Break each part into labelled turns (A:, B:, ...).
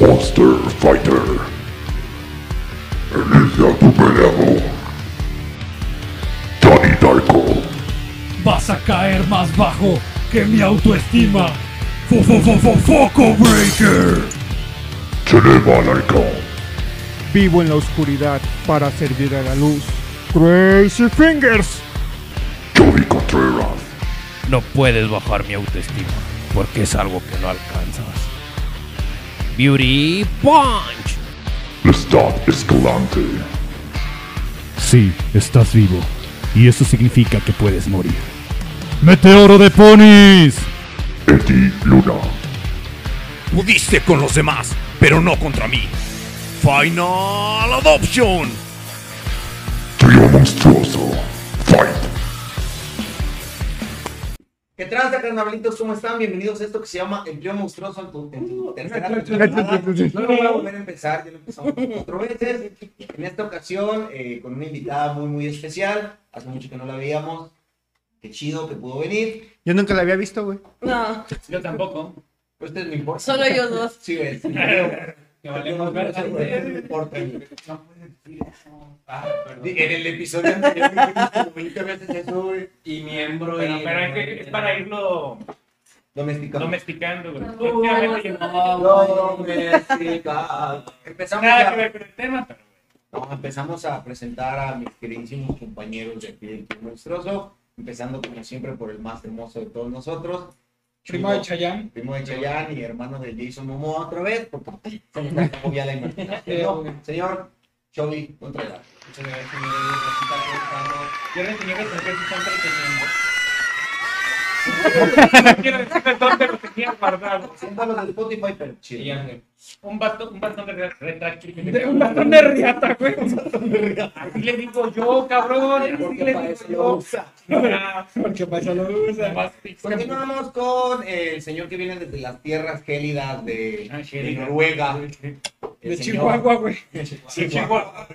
A: Monster Fighter. Elige a tu peleador. Johnny Darko.
B: Vas a caer más bajo que mi autoestima. Fo fo fo fo foco breaker.
A: Geneva Laika.
C: Vivo en la oscuridad para servir a la luz. Crazy Fingers.
A: Johnny Contreras.
D: No puedes bajar mi autoestima, porque es algo que no alcanzas. Beauty Punch.
A: Lestat Escalante.
E: Sí, estás vivo. Y eso significa que puedes morir.
C: Meteoro de ponis.
A: Eddie Luna.
B: Pudiste con los demás, pero no contra mí. Final Adoption.
A: Trío monstruoso. Fight.
F: ¿Qué tranza, carnavalitos? ¿Cómo están? Bienvenidos a esto que se llama El Trío Monstruoso en tu, en tu tercera temporada. No lo voy a volver a empezar, ya lo empezamos cuatro veces. En esta ocasión, eh, con una invitada muy, muy especial. Hace mucho que no la veíamos. Qué chido que pudo venir.
C: Yo nunca la había visto, güey.
G: No,
H: Yo tampoco.
F: Ustedes no importa.
G: solo ellos dos.
F: Sí, es.
H: Que valemos verga.
F: En
H: Ah, perdón.
F: el episodio anterior dijimos como 20 veces eso, güey.
H: Y miembro
I: Pero,
H: y.
I: pero es, que es para irlo
F: Domesticado.
I: domesticando, güey.
G: No,
I: Últimamente
G: no,
I: que no.
F: Domesticado. Empezamos
I: Nada que
F: a,
I: ver con el tema, pero
F: no, empezamos a presentar a mis queridísimos compañeros de aquí del Trío Monstruoso. Empezando, como siempre, por el más hermoso de todos nosotros.
H: Primo de Chayán.
F: primo de Chayanne y hermano de Jason Momoa otra vez, porque se nos acabó ya la imaginación. ¿no? Señor Chovy Contreras.
H: Muchas gracias, señor. Rosita
I: yo les tenía que tener que estar entreteniendo. No quiero decirles dónde lo tenía guardado.
F: Siéntalo de Spotify, pero
H: Cortado.
F: chido.
H: Y Ángel.
I: Un bastón, un bastón de re- retráctil. que
H: De-
I: tenía.
H: Un bastón de riata, güey.
I: Así le digo yo, cabrón. Así
H: Porque
I: le
H: para
I: digo
H: eso lo
I: yo.
H: usa.
I: Ah,
H: Porque para eso lo usa.
I: más pico.
F: Continuamos con el señor que viene desde las tierras gélidas de,
I: Ah,
F: de
I: gélidas.
F: Noruega. El
H: De
F: señor-
H: Chihuahua, güey.
F: De
I: Sí,
F: Chihuahua.
I: Chihuahua.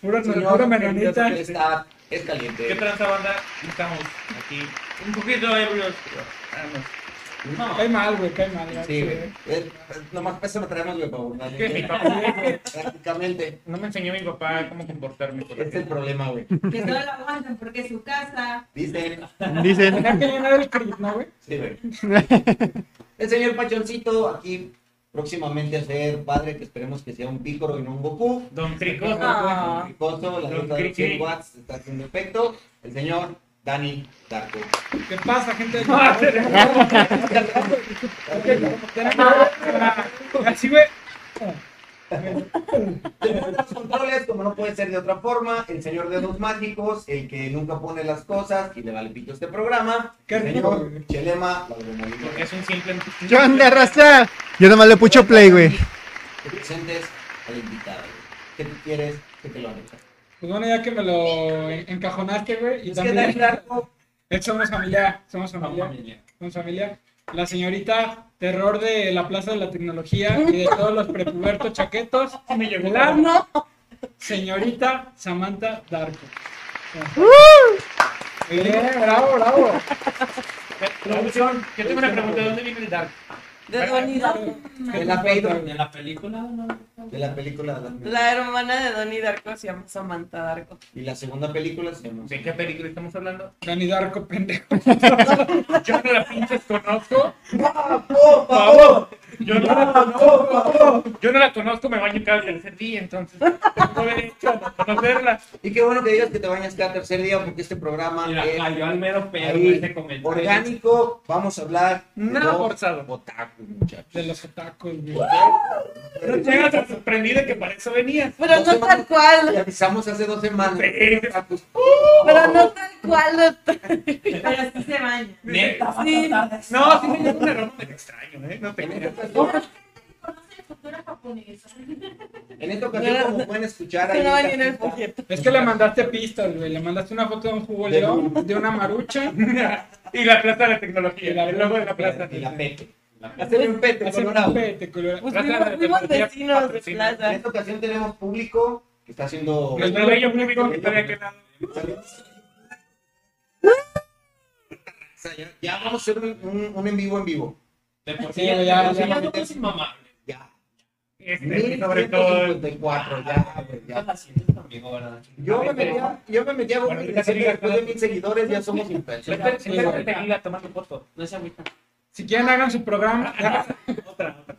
H: Pura,
F: El señor
H: pura
F: Dios
H: menonita.
F: que está- es
I: ¿Qué
F: caliente.
I: tranza, banda? Estamos aquí un poquito ebrios, pero vamos.
H: No, cae mal, güey. Cae mal. güey.
F: Sí, güey. Eh, Nomás peso lo traemos, güey, para abordar.
I: Es que mi papá-
F: Prácticamente.
I: No me enseñó mi papá cómo comportarme por
F: Este es
I: aquí.
F: el problema, güey.
G: Que no la aguantan porque es su casa.
F: Dicen.
C: Dicen.
H: Tenía que llenar el clip, ¿no, güey?
F: Sí, güey. El señor Pachoncito, aquí próximamente a ser padre, que esperemos que sea un pícoro y no un Goku.
I: Don Tricot.
G: Ah.
F: Un picoso, la
I: Don
F: nota de los 100
I: Criqui.
F: watts está haciendo efecto. El señor Dani Darko.
H: ¿Qué pasa, gente?
I: Ah, se le-
H: Así, güey.
F: Después de los controles, como no puede ser de otra forma, el señor Dedos Mágicos, el que nunca pone las cosas y le vale pito este programa.
H: Qué
F: el
H: rico,
F: señor
H: güey.
F: Chelema, Lauro Molina.
I: Porque es un simple.
C: ¿Qué onda, raza? Yo nomás le pucho play, güey.
F: Que presentes al invitado. güey. ¿Qué tú quieres? ¿Qué te lo han hecho?
H: Pues bueno, ya que me lo en- encajonaste, güey. Y
F: Es que Dani
H: también.
F: Darko
H: Eh, Somos familia. Somos familia.
I: familia.
H: Somos familia. La señorita terror de la Plaza de la Tecnología y de todos los prepubertos chaquetos.
I: Me llegó
H: La
I: la
H: señorita Samantha Darko. Bien, bravo, bravo.
I: producción. Yo tengo una pregunta: ¿de dónde viene el Dark?
G: De Donnie Darko.
F: El apellido.
H: ¿De
I: la película? No?
F: de la película de las-
G: La hermana de Donnie Darko se llama Samantha Darko.
F: Y la segunda película se llama.
I: ¿De qué película estamos hablando?
H: Dani Darko, pendejo.
I: Yo no la pinches conozco.
F: ¡Oh,
I: favor! Yo no la conozco. Yo no la conozco, me baño cada tercer día, entonces. No derecho a conocerla.
F: Y qué bueno que digas que te bañas cada tercer día porque este programa
H: Mira,
F: es
H: cayó al mero
F: ahí,
I: este
F: orgánico. Vamos a hablar de
H: Nada
F: los
H: forzado.
F: otakus, muchachos.
H: De los atacos, güey.
I: No llegas tan sorprendida que para eso venías.
G: Pero
F: Dos
G: no
F: semanas.
G: tal
F: Le
G: cual.
F: avisamos hace dos semanas.
I: Sí.
F: Otakus.
G: Pero no tal cual. Pero sí se baña.
I: Neta.
G: Sí.
I: No, sí me llegó un error medio extraño, ¿eh? No te
F: En
I: creas.
F: esta ocasión,
G: Conoce cultura japonesa.
F: en esta ocasión, como pueden escuchar ahí.
G: Se no
F: en
G: baña en el
F: casita,
G: folleto.
H: Es que le mandaste pistas, güey. Le mandaste una foto de un jugo
F: De
H: león, de una marucha.
I: Y la plaza de la
H: Y
I: tecnología.
H: la-
I: El logo de la plaza.
F: Y la pete. Hacerle un pete
H: Hace un
F: colorado.
H: pete, colorado.
G: Pues
I: Plaza
G: fuimos,
I: de
G: fuimos
I: Tecnología,
G: vecinos de
I: patrocina.
F: En
G: plaza.
F: esta ocasión tenemos público que está haciendo.
I: Nuestro bello público que está de aquel lado.
F: Ya- Ya vamos a hacer un, un- un en vivo en vivo.
H: Sí, ya, ya,
F: Sí,
H: ya.
F: Ya.
I: Es este, sobre todo.
F: 1154, ya, güey, ya.
G: Ah,
F: Yo me metía, yo me metía a
I: Bueno, ahorita sí digas
F: después de mil seguidores, ya somos
I: Espera,
F: influencers.
I: espera que te diga tomando foto. No es agüita.
H: Si quieren, hagan su programa. Hagan
I: Otra, otra.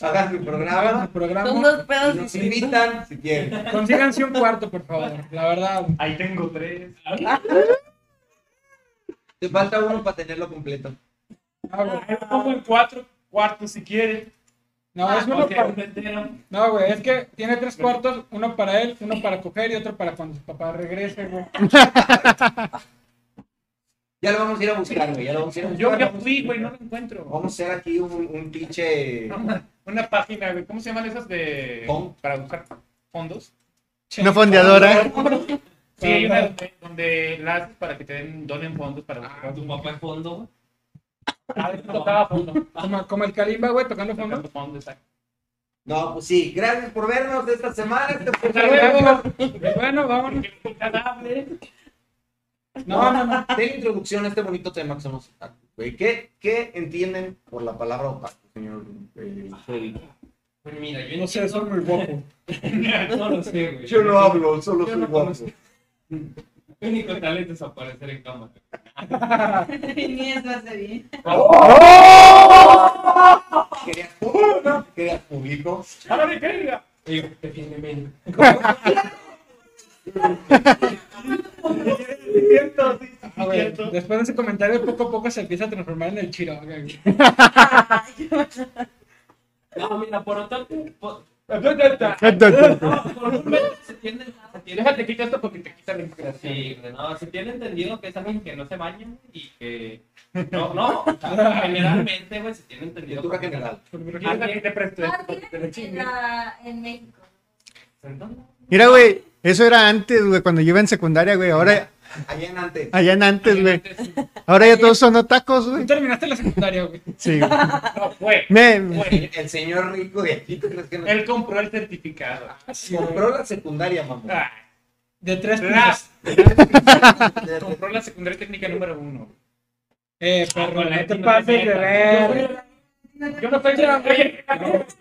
F: Hagan su programa,
H: su
G: Son
H: programa.
G: dos pedos
F: nos
G: distintos.
F: invitan si quieren.
H: Consíganse un cuarto, por favor. La verdad.
I: Ahí tengo tres.
F: Te falta uno para tenerlo completo.
H: No, güey.
I: Ahí lo pongo en cuatro cuartos si quiere.
H: No, es uno
I: Porque
H: para-
I: un entero.
H: No, güey, es que tiene tres cuartos, uno para él, uno para coger y otro para cuando su papá regrese, güey.
F: Ya lo vamos a ir a buscar, güey, ya lo vamos a ir a
I: Yo
F: buscar.
I: ya fui, güey, no lo encuentro.
F: Vamos a hacer aquí un, un pinche...
I: Una página, güey. ¿Cómo se llaman esas de.
F: Fon-
I: para buscar fondos?
J: Una fondeadora.
I: Sí, hay una donde, donde la haces para que te den, donen fondos para buscar. tu papá en fondo, Ah, de hecho, tocaba fondo.
H: Como, como el Kalimba, güey, tocando fondo.
I: Tocando fondo, exacto.
F: No, pues sí, gracias por vernos esta semana. Este fue-
I: Hasta luego.
H: Y bueno, vámonos.
I: Incanable.
H: No, no, no.
F: De la introducción a este bonito tema que somos otaku, güey. ¿Qué, ¿Qué entienden por la palabra otaku, señor? eh, Freddy?
H: Mira, yo no sé, soy muy guapo.
I: No lo sé, güey.
F: Yo no hablo, solo soy
I: no
F: guapo.
I: conozco. Mi único talento es aparecer en cámara.
G: Ni eso hace bien.
I: ¡Oh!
F: Quería quería público.
I: ¡A la verga!
H: Ah, güey, después de ese comentario, poco a poco se empieza a transformar en el Chiroga, güey.
I: No, mira, por otaku. por- Déjate quitar esto porque te quita la inspiración. Sí, no, se tiene entendido que es alguien que no se baña y que. No, no. Generalmente, güey, se tiene entendido.
F: Cultura general.
I: Alguien que te preste.
G: Ah, tienen en la- en México.
J: Mira, güey, eso era antes, güey, cuando yo iba en secundaria, güey. Ahora,
F: Allá en antes.
J: allá en antes, güey. Ahora ya todos son otacos,
H: Tú
J: güey.
H: terminaste la secundaria, güey.
J: Sí, güey.
I: No, güey.
J: Me-
I: güey,
F: El señor rico de aquí, ¿tú crees que no?
I: Él compró el certificado.
F: Compró la secundaria, mamá.
I: Ah,
H: De tres pisos.
I: tras. Compró la secundaria técnica número uno.
H: Eh,
I: Ah,
H: perro,
I: con la
H: no te Ah,
I: ética
H: pases de
I: neta.
H: ver.
I: Yo no soy de la Oye, él aplica la-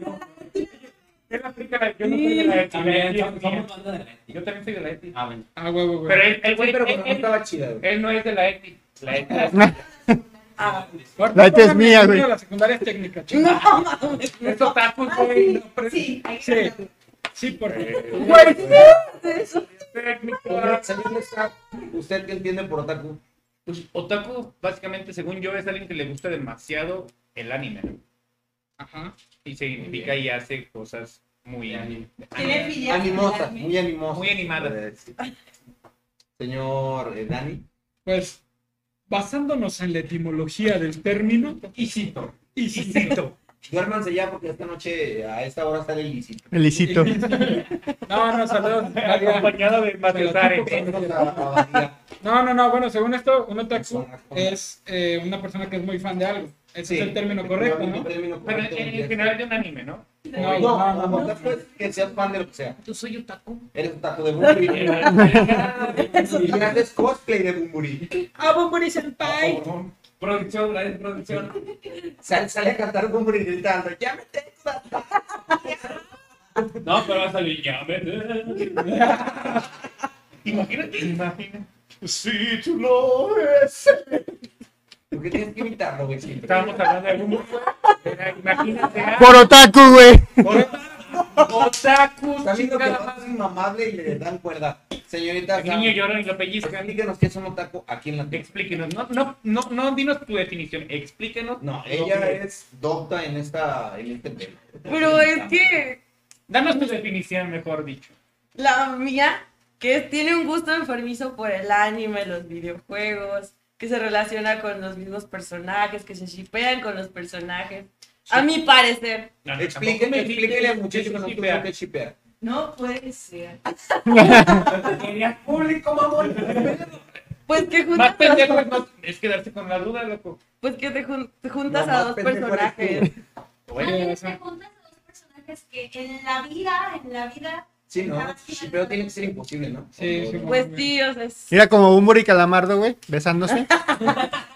I: Yo no soy de la E ETI.
H: también,
I: Yo
H: somos-
I: también. Yo también soy de la ETI.
H: Ah, güey, güey,
I: Pero
H: güey.
I: él, él, güey,
F: Pero
I: él,
F: cuando no estaba chida, güey.
I: él no es de la E ETI. La ETI.
H: Ahorita
J: La neta es
H: pongan
J: mía,
H: el niño
J: güey.
H: de La secundaria es técnica, chico.
G: No mames.
I: Es otaku,
G: Ah,
I: güey.
G: sí,
H: pero-
G: sí, ahí
H: Sí.
G: está.
H: Sí, porque. eh,
G: Güey, ¿qué es eso?
I: Técnica.
F: Señor- Señor Lestat, ¿usted qué entiende por otaku?
I: Pues otaku, básicamente, según yo, es alguien que le gusta demasiado el anime. ¿no?
H: Ajá.
I: Y se identifica y hace cosas muy anime.
G: Tiene filia.
F: Animosa, muy animosa.
I: Muy animada.
F: Eh, sí. Señor eh, Dani.
H: Pues, basándonos en la etimología del término,
I: Y cito.
H: y cito.
F: Duérmanse ya porque esta noche eh, a esta hora sale ilícito.
J: Felicito.
H: No, no, saludos. María.
I: Acompañado de Matosare.
F: Vamos a- a Badía.
H: No, no, no, bueno, según esto, un otaku
F: Exacto.
H: es eh, una persona que es muy fan de algo. Ese
F: Sí,
H: es el término correcto,
F: efectivamente,
H: ¿no?
F: término
I: Bueno,
F: correcto,
I: en,
F: vendría
I: en
F: a
I: general de un anime, ¿no?
H: No,
F: No,
H: no, no, no.
F: otaku es que seas fan de lo que sea.
I: Yo soy otaku.
F: Eres un taco de Bumburi. y haces cosplay de Bumburi.
G: Ah, Bumburi Senpai.
I: Producción, la producción.
F: Sale, sale a cantar Bumburi gritando, ya me tengo
I: No, pero va a salir ya. ¿ves? Imagínate, imagínate.
E: Si tú lo ves.
F: ¿Por qué tienes que imitarlo, güey? siempre?
I: Estábamos hablando de algún. Era, Imagínate. ah,
J: Por otaku, güey.
I: Otaku,
F: Está viendo que
I: chingada
F: es inmamable y le dan cuerda. Señorita,
I: madre. El niño
F: Sam,
I: llora y lo pellizcan.
F: explíquenos qué es un otaku aquí en la
I: Explíquenos. No, no, no, no, dinos tu definición. Explíquenos.
F: No, ella es docta en, esta, en este tema.
G: Pero es que
I: Danos tu definición, mejor dicho.
G: la mía, que es- tiene un gusto enfermizo por el anime, los videojuegos, que se relaciona con los mismos personajes, que se shipean con los personajes. A mi parecer.
I: No, no,
F: Explíquenme,
I: tampoco me
F: explíquenle a
I: dijiste
F: muchachos que no
I: shippear.
F: tuvieron que shipear.
G: No puede ser.
I: Quería-
F: Público, mamón.
G: Pues que
I: Más
G: juntas,
I: pendejo es, más- es quedarse con la duda, loco.
G: pues que te jun- te juntas
F: No,
G: a
F: más
G: dos
F: pendejo eres
G: personajes.
H: Oye, o sea,
F: Sí,
G: Ah,
F: no, shipeo tiene que ser imposible, ¿no?
H: Sí, sí,
G: Pues sí, o sea, es-
J: Mira como Bumburi y Calamardo, güey, besándose.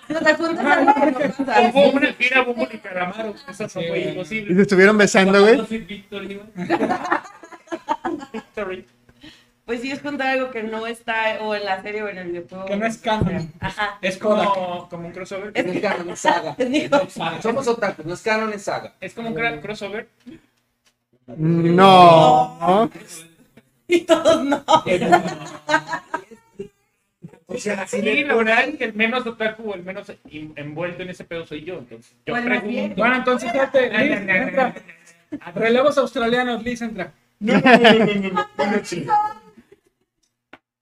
G: Pero te juntas a la
I: Como fue una gira, Bumble y Calamaro. Eso
H: Sí,
I: fue
H: güey.
I: imposible.
J: Y se estuvieron besando, güey.
I: Guardando Sweet Victory, güey. Victory.
G: Pues sí, es contar algo que no está o en la serie o en el videojuego.
H: Que no es canon.
G: Ajá.
H: Es como, como un crossover.
G: Es-
F: Es canon, es saga.
G: Es mi cosa.
F: Somos otaku, no es canon, es saga.
I: Es como un gran crossover.
J: No. no.
G: Y todos no.
F: O sea, si
I: Sí, la verdad es que el menos otaku, el menos in- envuelto en ese pedo soy yo. Entonces, yo
G: Bueno, bien.
I: pregunto.
H: Bueno, entonces, fíjate,
I: Na, na,
H: Liz,
I: na, na,
H: entra. Relevos australianos, Liz, entra.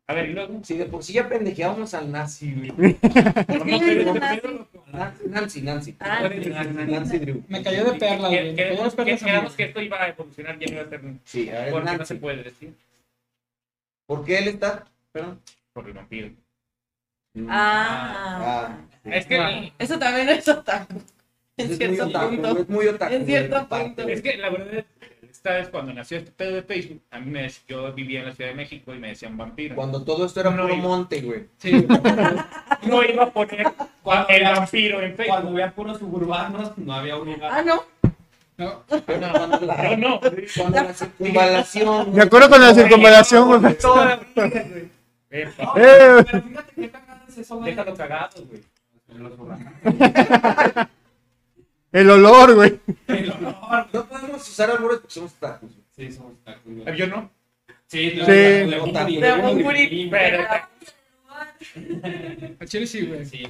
I: A ver, y luego.
F: Si de por sí ya pendejeábamos al nazi, güey.
G: ¿Por qué le
I: este
G: dicen así?
F: Nancy, Nancy, Nancy.
G: Ah,
F: Nancy, Nancy Drew.
H: Me cayó de perla,
I: Que-
H: güey. Me
I: que-
H: cayó de
I: que-
H: perlas a mí.
I: Quedamos que esto iba a evolucionar, ya no iba a ser.
F: Sí, a ver,
I: Porque no se
F: Nancy.
I: puede decir.
F: ¿Por qué él está? Perdón.
I: Por el vampiro.
G: Ah.
F: Ah, sí.
I: Es que,
H: Ah.
G: Eso también es otaku.
F: pues Es
G: En
F: muy
G: cierto
F: otaku,
G: punto.
F: güey, es muy otaku.
G: En cierto
F: güey,
G: punto.
F: parte,
I: es que la verdad, esta vez cuando nació este pedo de Facebook, a mí me dec- yo vivía en la Ciudad de México y me decían vampiro.
F: Cuando todo esto era
I: No,
F: puro
I: y-
F: monte, güey.
H: Sí, güey.
I: No iba a poner Cuando el veas- vampiro en cuando Facebook. vean puros suburbanos, no había un
G: Ah,
I: lugar.
G: no.
H: No,
F: Pero cuando la,
I: Yo no.
F: cuando la circunvalación.
J: Me acuerdo con la circunvalación, güey.
I: Toda la vida, güey. Epa.
J: Eh,
I: Pero fíjate qué cagadas es eso, güey. Déjalo cagados, güey. Los borrachos.
J: el olor, güey.
I: El olor.
F: No podemos usar albures porque somos otakus. güey.
I: Sí, somos tacos, güey. Ah, Yo no. Sí,
J: Sí.
I: de
F: Otaku,
G: De
F: güey.
G: Bumburi.
I: Pero
G: Ah,
H: a Chile sí, güey.
I: Sí,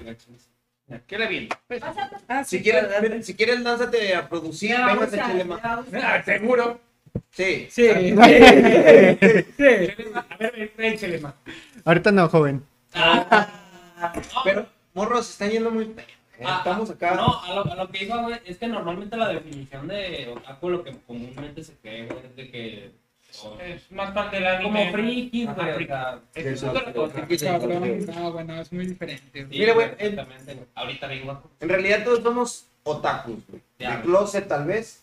I: Queda bien. Pues,
G: Ah,
F: Si
G: sí,
F: quieres,
G: perdón.
F: miren, si quieres, lánzate a producir.
G: Ya vamos
F: Véngase,
G: a-
F: Chilema.
G: ya vamos a-
I: ah, seguro.
F: Sí.
H: Sí, sí, sí.
I: A ver, ven, Chelema.
J: Ahorita no, joven.
F: Ah, Pero, morros, se están yendo muy. pe- eh, Estamos acá.
I: Ah, No, a lo, a lo que iba, güey, es que normalmente la definición de otaku, lo que comúnmente se cree, güey, es de que. es más fan del anime. Como friki,
F: Ajá,
I: güey. o
F: friki.
I: sea,
F: Sí,
I: es
F: sí,
I: otra
F: sí,
I: cosa.
F: sí, sí, sí,
H: Cabrón,
F: sí.
H: no, bueno, es muy diferente. güey.
I: Sí,
F: Mira, güey, en-
I: exactamente, güey. Ahorita vengo.
F: En realidad, todos somos otakus, güey.
I: Ya.
F: De closet, tal vez,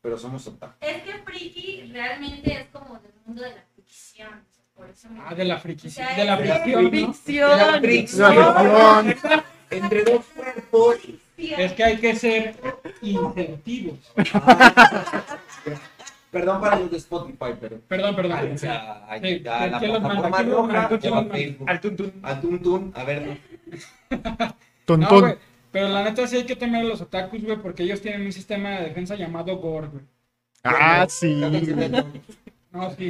F: pero somos otakus.
K: Es que friki realmente es como del mundo de la ficción. o sea, Por eso me-
H: Ah, de la friki,
K: O sea,
H: de la
K: es
H: friki, ¿no?
G: Ficción.
F: Fricción.
J: Ficción.
F: Entre dos cuerpos.
K: ficción.
H: Es que hay que ser incentivos.
F: Perdón para los de Spotify, pero.
H: Perdón, perdón.
F: O sea, hay
H: Sí,
F: ya la
H: ¿quién los manda?
F: plataforma
H: ¿Quién los
F: roja,
H: manda?
F: ya
H: ¿Quién
F: va
H: los manda?
F: Facebook.
I: Al tuntún.
F: A Tuntun, a ver.
H: No,
J: Tontón.
H: güey, Pero la neta sí hay que temer a los otakus, güey, porque ellos tienen un sistema de defensa llamado GOR, güey.
J: ah, sí.
H: No, sí,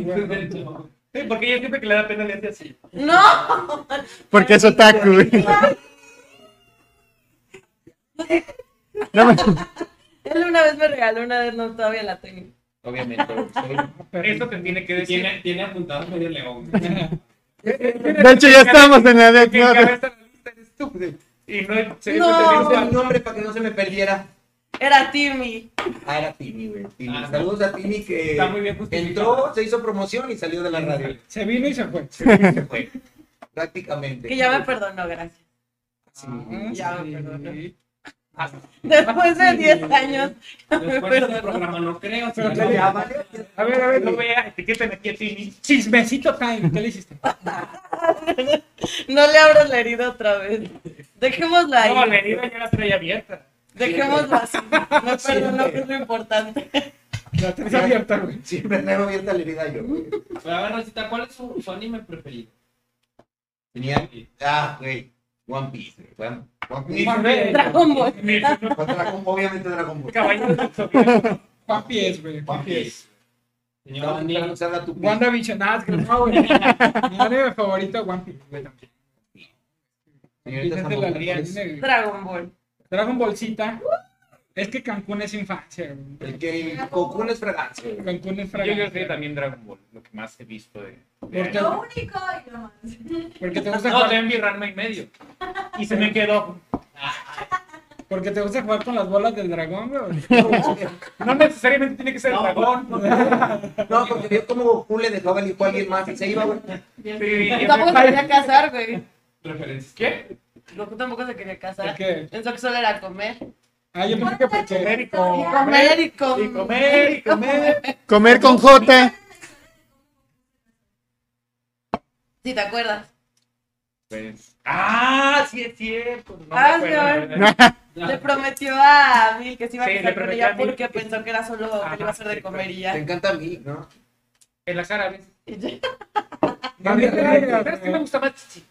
H: güey. no.
I: Sí, porque ella siempre que le da pena le hace así.
G: No.
J: Porque es otaku, güey. No, me-
G: Él una vez me regaló una vez, no todavía la tengo.
F: Obviamente. güey, soy-
I: Esto te tiene que decir. Tiene, tiene apuntado medio león.
J: de hecho, ya estamos en la de... no, de-
I: este, Y no se
G: No.
F: Tengo mi nombre para que no se me perdiera.
G: Era Timmy.
F: Ah, era Timmy, güey. Timmy.
I: Ah,
F: Saludos a Timmy que
I: Está muy bien justificado.
F: entró, se hizo promoción y salió de la radio.
H: Se vino y se fue.
F: Se fue. Prácticamente.
G: Que ya me perdonó, gracias.
F: Sí.
G: Ya,
H: Sí.
G: perdón. Después de 10 años, ya me
I: Después de este
G: perdonó.
I: programa no creo.
H: Pero
I: si no, ya
H: te-
F: Ya,
I: va.
F: vale.
H: A ver, a ver,
I: No vea, etiqueten aquí a Timmy.
H: chismecito time. ¿Qué le hiciste?
G: No le abras la herida otra vez. Dejémosla
I: No, la
G: ahí.
I: herida ya la traía abierta.
G: Dejémosla así. Me perdonó, que es lo importante.
H: La tres abierta, güey.
F: Siempre tengo abierta la herida yo. güey.
I: Pero a ver, Rosita, ¿cuál es su, su anime preferido?
F: Tenía. Ah, güey. One Piece, güey. Bueno, One Piece.
H: Juan Pies,
G: Dragon Ball.
I: Mi- no,
F: Con Dragon- obviamente Dragon Ball.
I: Caballero del Zodiaco.
H: Juan Pies, güey. Juan
F: One
H: Pies.
F: Piece.
I: Señor
F: No,
I: Anillo.
F: no, usar a tu Piece.
H: WandaVision, nada, es que no, güey. Mi anime favorito, One Piece, güey. también.
F: Señorita
H: Es de
F: Zamora,
H: la
F: ¿cuál
H: línea,
F: es?
H: güey.
G: Dragon Ball.
H: Dragon Ballcita. Es que Cancún es infancia, güey.
F: El que el Cocoon es fragancia. güey.
H: Cancún es
I: Yo creo que
H: fragancia.
I: también Dragon Ball, lo que más he visto de. de
H: ¿Por qué?
I: anime.
K: Lo único y lo más.
H: Porque te gusta
I: No,
H: jugar,
I: también vi Ranma y medio. Y se me quedó.
H: porque te gusta jugar con las bolas del dragón, güey.
I: No necesariamente tiene que ser el dragón. No,
F: No, porque vio como Goku le dejaba el hijo a alguien más y se iba, güey.
I: Sí,
G: Tampoco se quería casar, güey.
I: referencias. ¿Qué?
G: Goku tampoco se quería
H: ¿Por
G: casar.
H: qué?
G: Pensó que solo era comer.
H: Ah, yo pensé que porque.
G: Comer y comer.
I: Y comer, y comer.
J: Comer con J.
G: Si te acuerdas.
I: Pues, Ah, sí es cierto. No me
G: Ah,
I: acuerdo,
G: señor.
I: la verdad.
G: Le prometió a Mil que se iba a
I: Sí, le
G: casar con
I: prometió a
G: ella
I: Mil
G: porque pensó que era solo que le iba a hacer de comer y ya.
F: Te encanta a mí, ¿no?
I: En la cara, ¿ves?
F: No, no, no,
I: Pero es que me gusta más chichi.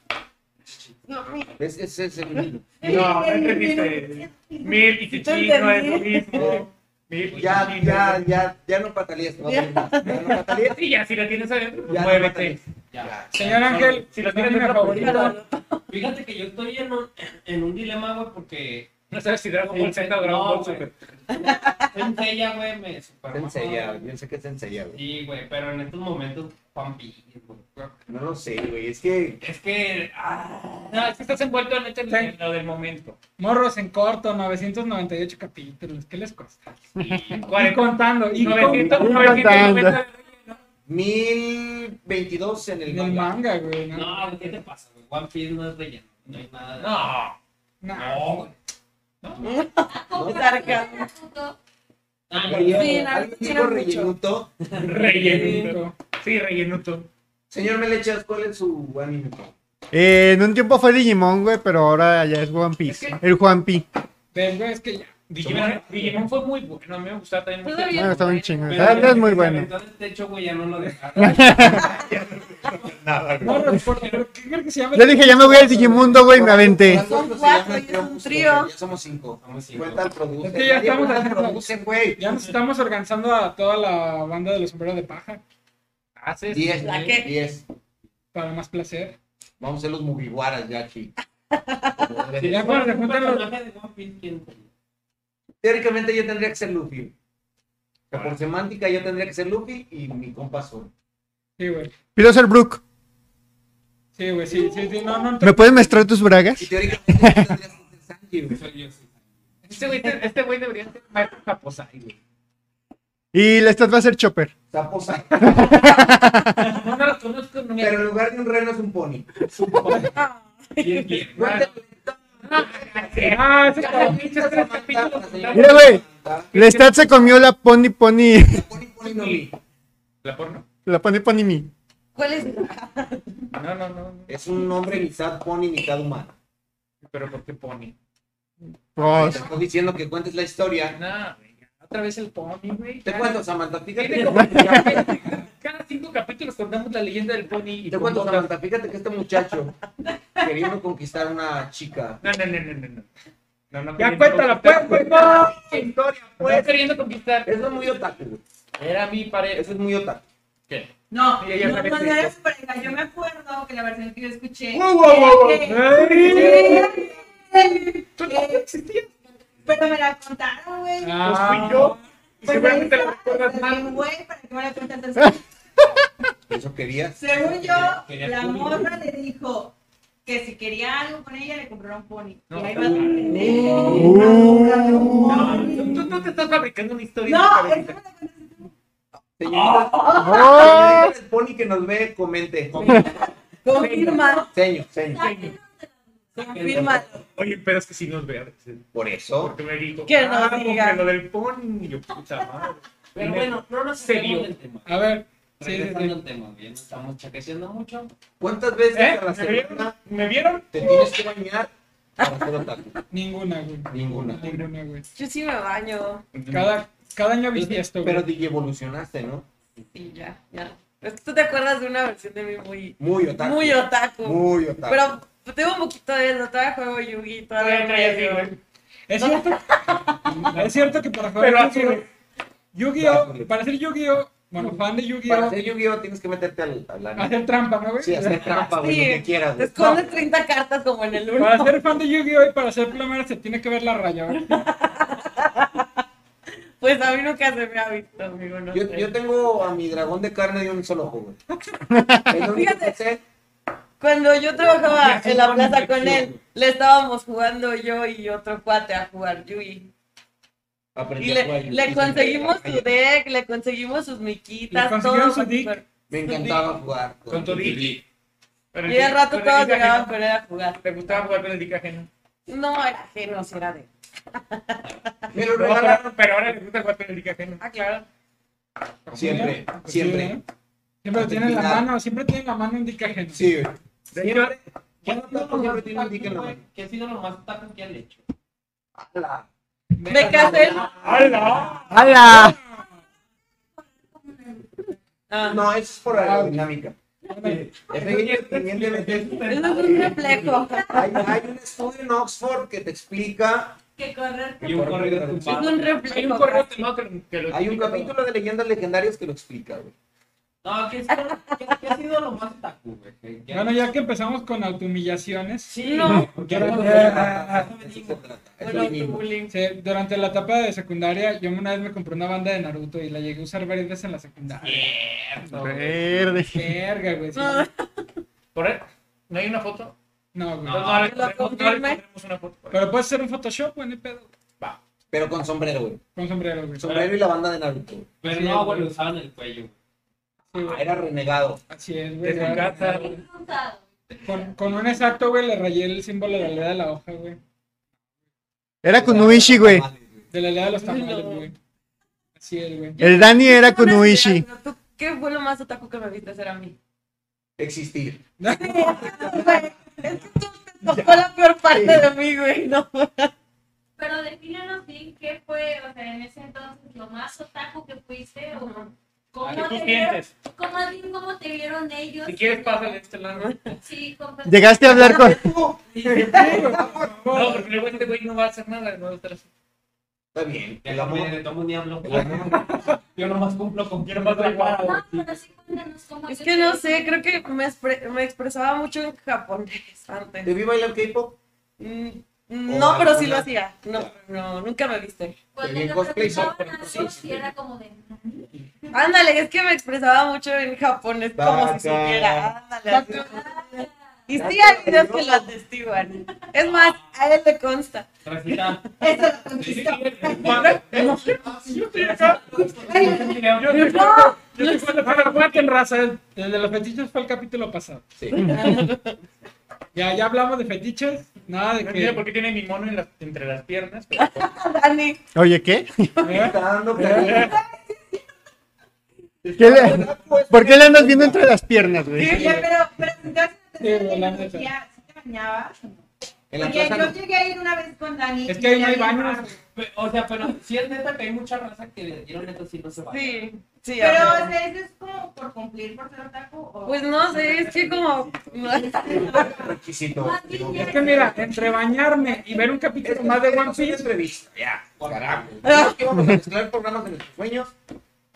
G: No, Mil.
F: Es, es, es el-
I: No, no entendiste. Mil y
G: Yo
I: chichi no es lo
G: entendí.
I: mismo. Mil y
F: Ya,
I: chichi no
F: ya,
I: es-
F: ya, ya no patalees. No, ya no patalees.
I: Sí, ya, si lo tienes adentro, pues
F: Ya no
I: muévete.
F: patalees. Ya.
H: Señor Ángel,
I: Si lo
H: mi
I: tienes
H: anime
I: dentro,
H: favorito.
G: Perdón.
I: Fíjate que yo estoy en un, en un dilema, güey, porque.
H: No sabes si Dragon Ball Z o Dragon
I: No,
H: Ball
I: güey.
H: Super.
I: Senseiya, güey, me super
F: Es ensayado, yo sé que es ensayado.
I: Sí, güey, pero en estos momentos, Pampi, güey.
F: No lo sé, güey, es que...
I: Es que. ah, no, es que estás envuelto en, este-
H: Sí.
I: en lo del momento.
H: Morros en corto, 998 capítulos. ¿Qué les cuesta?
I: Y
H: Y
I: 40,
H: contando. Y
I: 900,
H: contando.
I: 990.
F: 1022 en el
H: En el
F: manga.
H: manga, güey. No.
I: No, güey, ¿qué te pasa, güey? One Piece no es relleno. No hay nada.
H: Nah.
I: no, güey.
G: Sarcasmo.
K: Naruto,
I: Ah,
F: Oye,
I: no,
G: Sí,
F: ¿alguien
G: Naruto
F: dijo
G: tiene
F: rellenuto?
I: Rellenuto. Sí, rellenuto.
F: Señor Melechas, ¿cuál es su anime?
J: Eh, en un tiempo fue Digimon, güey, pero ahora ya es One Piece. El Juan Pi.
H: Ves, güey, es que ya.
I: Digimon, Digimon fue muy bueno. A mí me gustaba también mucho.
G: Todavía
J: Ah, está bien
G: bueno.
J: chingón.
I: Pero
J: Ah,
I: ya
J: es muy
I: se
J: bueno.
I: aventó del techo, güey, ya no lo dejaron.
H: Morros, por favor, ¿qué crees que se llama?
J: Yo dije, ya me voy al Digimundo, güey, me aventé.
G: Son
F: Se
G: cuatro
F: llama
G: y es
F: Trio
G: un
F: Gusto,
G: trío.
F: güey, Ya somos cinco.
I: Somos cinco.
H: pues,
F: Cuenta el producer.
H: Es que ya
F: Nadie
H: estamos
F: cuenta el
H: haciendo-
F: producer, güey.
H: Ya nos estamos organizando a toda la banda de los sombreros de paja.
I: Haces.
F: Diez, ¿eh?
G: ¿La qué?
F: diez.
H: Para más placer.
F: Vamos a ser los mugiwaras ya aquí.
H: Y ya cuando se
I: Un
H: juntan los.
I: personaje de One Piece, ¿quién?
F: Teóricamente yo tendría que ser Luffy. O sea, por semántica yo tendría que ser Luffy y mi compa Zoro.
H: Sí, güey.
J: Pido ser Brook.
H: Sí, güey, sí, sí, sí, No, no.
J: ¿Me puedes mostrar tus bragas?
F: Y teóricamente yo tendría que ser Sanji, güey.
I: Soy yo, sí. Este güey te- este güey debería ser maestro Japosai, güey.
J: Y la estatua va a ser Chopper.
F: Zaposa.
I: No, no lo conozco, no me
F: Pero en lugar de un reno es un pony.
G: Ah.
I: bien, bien.
F: Cuenta-
H: Ah, ese cabrón, pinches tres capítulos.
J: Mira, güey. La estatua se comió la Pony Pony.
F: Pony, pony, no mi.
I: ¿La porno?
J: La Pony Pony Mi.
G: ¿Cuál es?
I: No, no, no. no.
F: Es un hombre mitad pony, mitad humano.
I: Pero ¿por qué pone?
J: Pues,
F: Te estoy diciendo que cuentes la historia.
I: Nada, güey. Otra vez el pony, güey.
F: Te cuento, Samantha. Fíjate
I: Tiene
F: que
I: como cada cinco capítulos contamos la leyenda del pony y
F: Te cuento,
I: como-
F: Samantha, fíjate que este muchacho queriendo conquistar a una chica.
I: No, no, no, no, no, no. No, no
H: Ya
I: queriendo
H: cuéntala,
I: conquistar-
H: pues, güey. No.
F: Historia,
I: No
F: pues.
I: queriendo conquistar.
F: Eso es muy otaku, güey.
I: Era mi pareja.
F: Eso es muy otaku.
I: ¿Qué?
G: No,
I: Sí, ella
G: no,
I: sabe
G: cuando
I: que-
G: eres pareja, yo me acuerdo que la versión que yo escuché.
H: Wow, wow, wow, wow.
G: era
H: Ay.
G: que- Pero me la contaron, güey.
H: Ah,
G: Pues
H: seguramente
G: ahí
H: la
G: está,
H: recuerdas
G: la
H: mal.
G: vi, güey, para que me la cuente entonces,
F: Eso querías.
G: Según yo,
I: Quería
G: la
I: público.
G: morra le dijo que si quería algo con ella, le comprara un pony.
I: No.
G: y ahí vas a
F: Uh.
G: aprender.
I: No, tú, tú- tú te estás fabricando una historia.
G: No,
I: en tu
G: eso me
I: cabecita.
G: la contaste tú.
F: Señorita,
J: ¡Oh!
F: señorita, el pony que nos ve, comente.
G: Confirma,
F: Seño, seño.
G: confirma.
I: Oye, pero es que si nos ve.
F: Por eso.
I: Porque me dijo.
G: Que nos
I: ah, porque
G: diga".
I: lo del pony. y Yo, puta madre.
D: Pero bueno, no nos
I: Serio.
D: seguimos del tema.
H: A ver. Sí, sí,
D: Regresando
H: sí.
D: al tema, bien, estamos chaqueteando mucho.
F: ¿Cuántas veces
H: ¿Eh?
F: a la
H: ¿Me vieron?
F: semana
H: ¿Me vieron?
F: te tienes que bañar para ser otaku?
H: Ninguna, güey.
F: Ninguna.
H: Ninguna, güey.
G: Yo sí me baño.
H: Cada, cada año bisiesto,
F: Pero
H: güey.
F: digievolucionaste, ¿no?
G: Y ya, ya. Es que tú te acuerdas de una versión de mí muy,
F: Muy otaku.
G: muy otaku.
F: Muy otaku.
G: Pero tengo un poquito de eso. Todavía juego Yugi. Todavía
I: Todavía traes
G: medio.
I: igual.
H: Es cierto, es cierto que para
I: Pero
H: jugar
I: así,
H: Yu-Gi-Oh!
I: güey.
H: Yu-Gi-Oh! Para ser Yu-Gi-Oh! Bueno, fan de
F: Para
H: Yu-Gi-Oh!
F: ser Yu-Gi-Oh tienes que meterte al, al anime.
H: Hacer trampa, ¿no, güey?
F: Sí, hacer trampa, güey, lo que quieras,
G: te
F: güey.
G: escondes 30 cartas como en el 1.
H: Para ser fan de Yu-Gi-Oh! y para ser plomero se tiene que ver la raya, güey.
G: Pues a mí nunca se me ha visto, amigo. No
F: Yo,
G: sé.
F: yo tengo a mi dragón de carne de un solo ojo, güey. Es lo único que
G: Fíjate.
F: sé.
G: Cuando yo trabajaba en la plaza con
F: infección,
G: él, le estábamos jugando yo y otro cuate a jugar Yugi.
F: Aprendí
G: Y
F: a jugar
G: le,
F: Yu-Gi-Oh.
G: le conseguimos su deck, le conseguimos sus miquitas,
H: Le consiguieron
G: todo
H: su
G: para
H: dick.
G: jugar.
F: Me encantaba jugar
I: Con tu dick. Pero
G: Y al rato
I: con el
G: todos
I: dick ajeno.
G: llegaban con él a jugar.
I: ¿Te gustaba jugar con el dick ajeno?
G: No era ajeno, sí era de.
F: Me lo
I: No,
F: regalaron
I: pero, pero ahora le gusta jugar con el dick ajeno.
G: Ah, claro.
F: siempre,
I: eh?
H: Sí,
F: siempre.
H: ¿no? Siempre lo tiene en la mano, siempre tiene en la mano un dick ajeno.
F: Sí, güey.
I: Señor, ¿Qué ha sido lo más
F: Siempre tiene un dique en la
I: taco, güey?
F: mano.
I: ¿Qué ha sido lo más taco que han hecho?
F: ¡Hala!
G: Me casé.
I: Ah.
F: ¡Hala!
J: ¡Hala!
G: Ah.
F: No, es por aerodinámica.
I: Sí.
F: Efe- Independientemente.
G: Eso es un reflejo.
I: Ah.
F: Hay, hay un estudio en Oxford que te explica.
G: Que correr.
I: Y un corrido
F: Es
G: Es
I: tumbado.
G: un
I: Hay un
G: reflejo.
I: corrido tumbado que, que lo
F: Hay un
I: explica todo.
F: capítulo de leyendas legendarias que lo explica, güey.
I: No, ¿qué, es- qué- qué ha sido lo más taco, güey? Que- que-
H: Bueno, ya que empezamos con autohumillaciones.
I: Sí,
G: No.
I: porque
H: Ya
I: ahora
H: no-
I: lo venimos,
F: Eso
I: eso
F: se
I: venimos.
F: trata,
G: Con
F: eso venimos.
G: autobullying.
H: Sí, durante la etapa de secundaria, yo una vez me compré una banda de Naruto y la llegué a usar varias veces en la secundaria.
I: Cierto, güey.
J: Verde.
H: Verga, güey. sí.
G: Ah.
I: Por él, ¿No hay una foto? Pues
H: No, güey.
I: No, no, le
G: Lo
I: pondremos- no le
G: confirmé.
I: pondremos una foto. por ahí.
H: Pero puedes hacer un Photoshop, güey, no hay pedo.
F: Pero con sombrero, güey.
H: Con sombrero, güey. Sí,
F: Sombrero y la banda de Naruto. güey.
I: Pero
H: Sí,
I: no, güey,
H: güey.
I: lo usaban en el cuello.
H: güey.
F: Era renegado.
H: Así es, güey.
I: Desde
H: ya.
I: casa.
K: Usado.
H: Con, con un exacto, güey, le rayé el símbolo de la leda de la hoja, güey.
J: Era Kunuishi, güey.
H: De la leda de los
G: Ay, no.
H: tamales, güey. Así es, güey.
J: El Dani era
G: Tengo unas
J: Kunuishi.
G: ideas, pero tú, ¿Qué fue lo más otaku que me viste hacer a mí?
F: Existir.
G: Güey, es que tú te tocó la peor parte de mí, güey. No.
K: Pero defínenos bien qué fue, o sea, en ese entonces, lo más otaku que fuiste o cómo
I: ¿Qué tú
K: te vieron,
I: sientes?
K: cómo, más bien cómo te vieron ellos.
I: Si quieres, pásale este lado.
K: Sí, compa-
J: Llegaste a hablar con.
I: No, porque luego este güey no va a hacer nada. No va a estar así.
F: Está bien.
I: Ya
F: El
I: no
F: amor.
I: me tomo ni hablo. Yo nomás cumplo con quien más
K: No,
I: igual.
K: pero sí cuéntanos cómo
G: Es
K: te-
G: que no sé, creo que me, expre- me expresaba mucho en japonés
F: ¿Te
G: antes.
F: vi bailar K-pop?
G: Mm,
F: O
G: No, pero sí
F: alguna-
G: lo hacía. No, no, nunca me viste.
K: Cuando
F: bien
K: te
F: cosplay,
K: preguntaban
F: pero no
K: algo,
F: sé si
K: sí era como de.
G: Ándale, es que me expresaba mucho en japonés como si
F: Baka.
G: supiera. Ándale. así. Y sí
F: Baka,
G: hay videos que lo atestiguan. Es más, a él le consta.
I: Rafita.
G: Eso lo
I: Sí, sí,
G: conquistó.
I: sí. Manda. Yo estoy acá. Yo estoy acá.
H: Yo te cuento, pero aguanten, raza. El de los fetiches fue el capítulo pasado.
F: Sí.
H: Ya, ya hablamos de fetiches. Nada de
I: No entiendo por
H: que.
I: qué tiene mi mono en las- entre las piernas. pero-
G: Dani,
J: Oye, ¿qué?
H: ¿Eh?
F: Está dando cariño.
J: ¿Qué le- ¿Por qué le andas viendo entre las piernas, güey?
L: Oye, pero, pero si te haces
H: Sí, güey, la neta.
L: tecnología, ¿sí te bañabas?
F: En la
L: Porque
F: plaza
L: yo
F: no.
L: llegué a ir una vez con Dani.
H: Es
L: y
H: que
L: ya
H: ahí no hay
L: bien
H: baños.
L: raro.
I: Pe- O sea, pero sí es neta que hay mucha raza que le dieron esto si no se va.
G: sí, sí.
L: Pero,
G: a
L: o
G: ver.
L: sea, ¿eso es como por cumplir, por ser otaku? o-
G: Pues no sé, es que como.
F: Requisito. Digo,
H: Es que mira, entre bañarme y ver un capítulo más de One
F: Es una
H: Piece.
F: entrevista. Ya, carajo. Dijimos que íbamos a mezclar programas de nuestros sueños.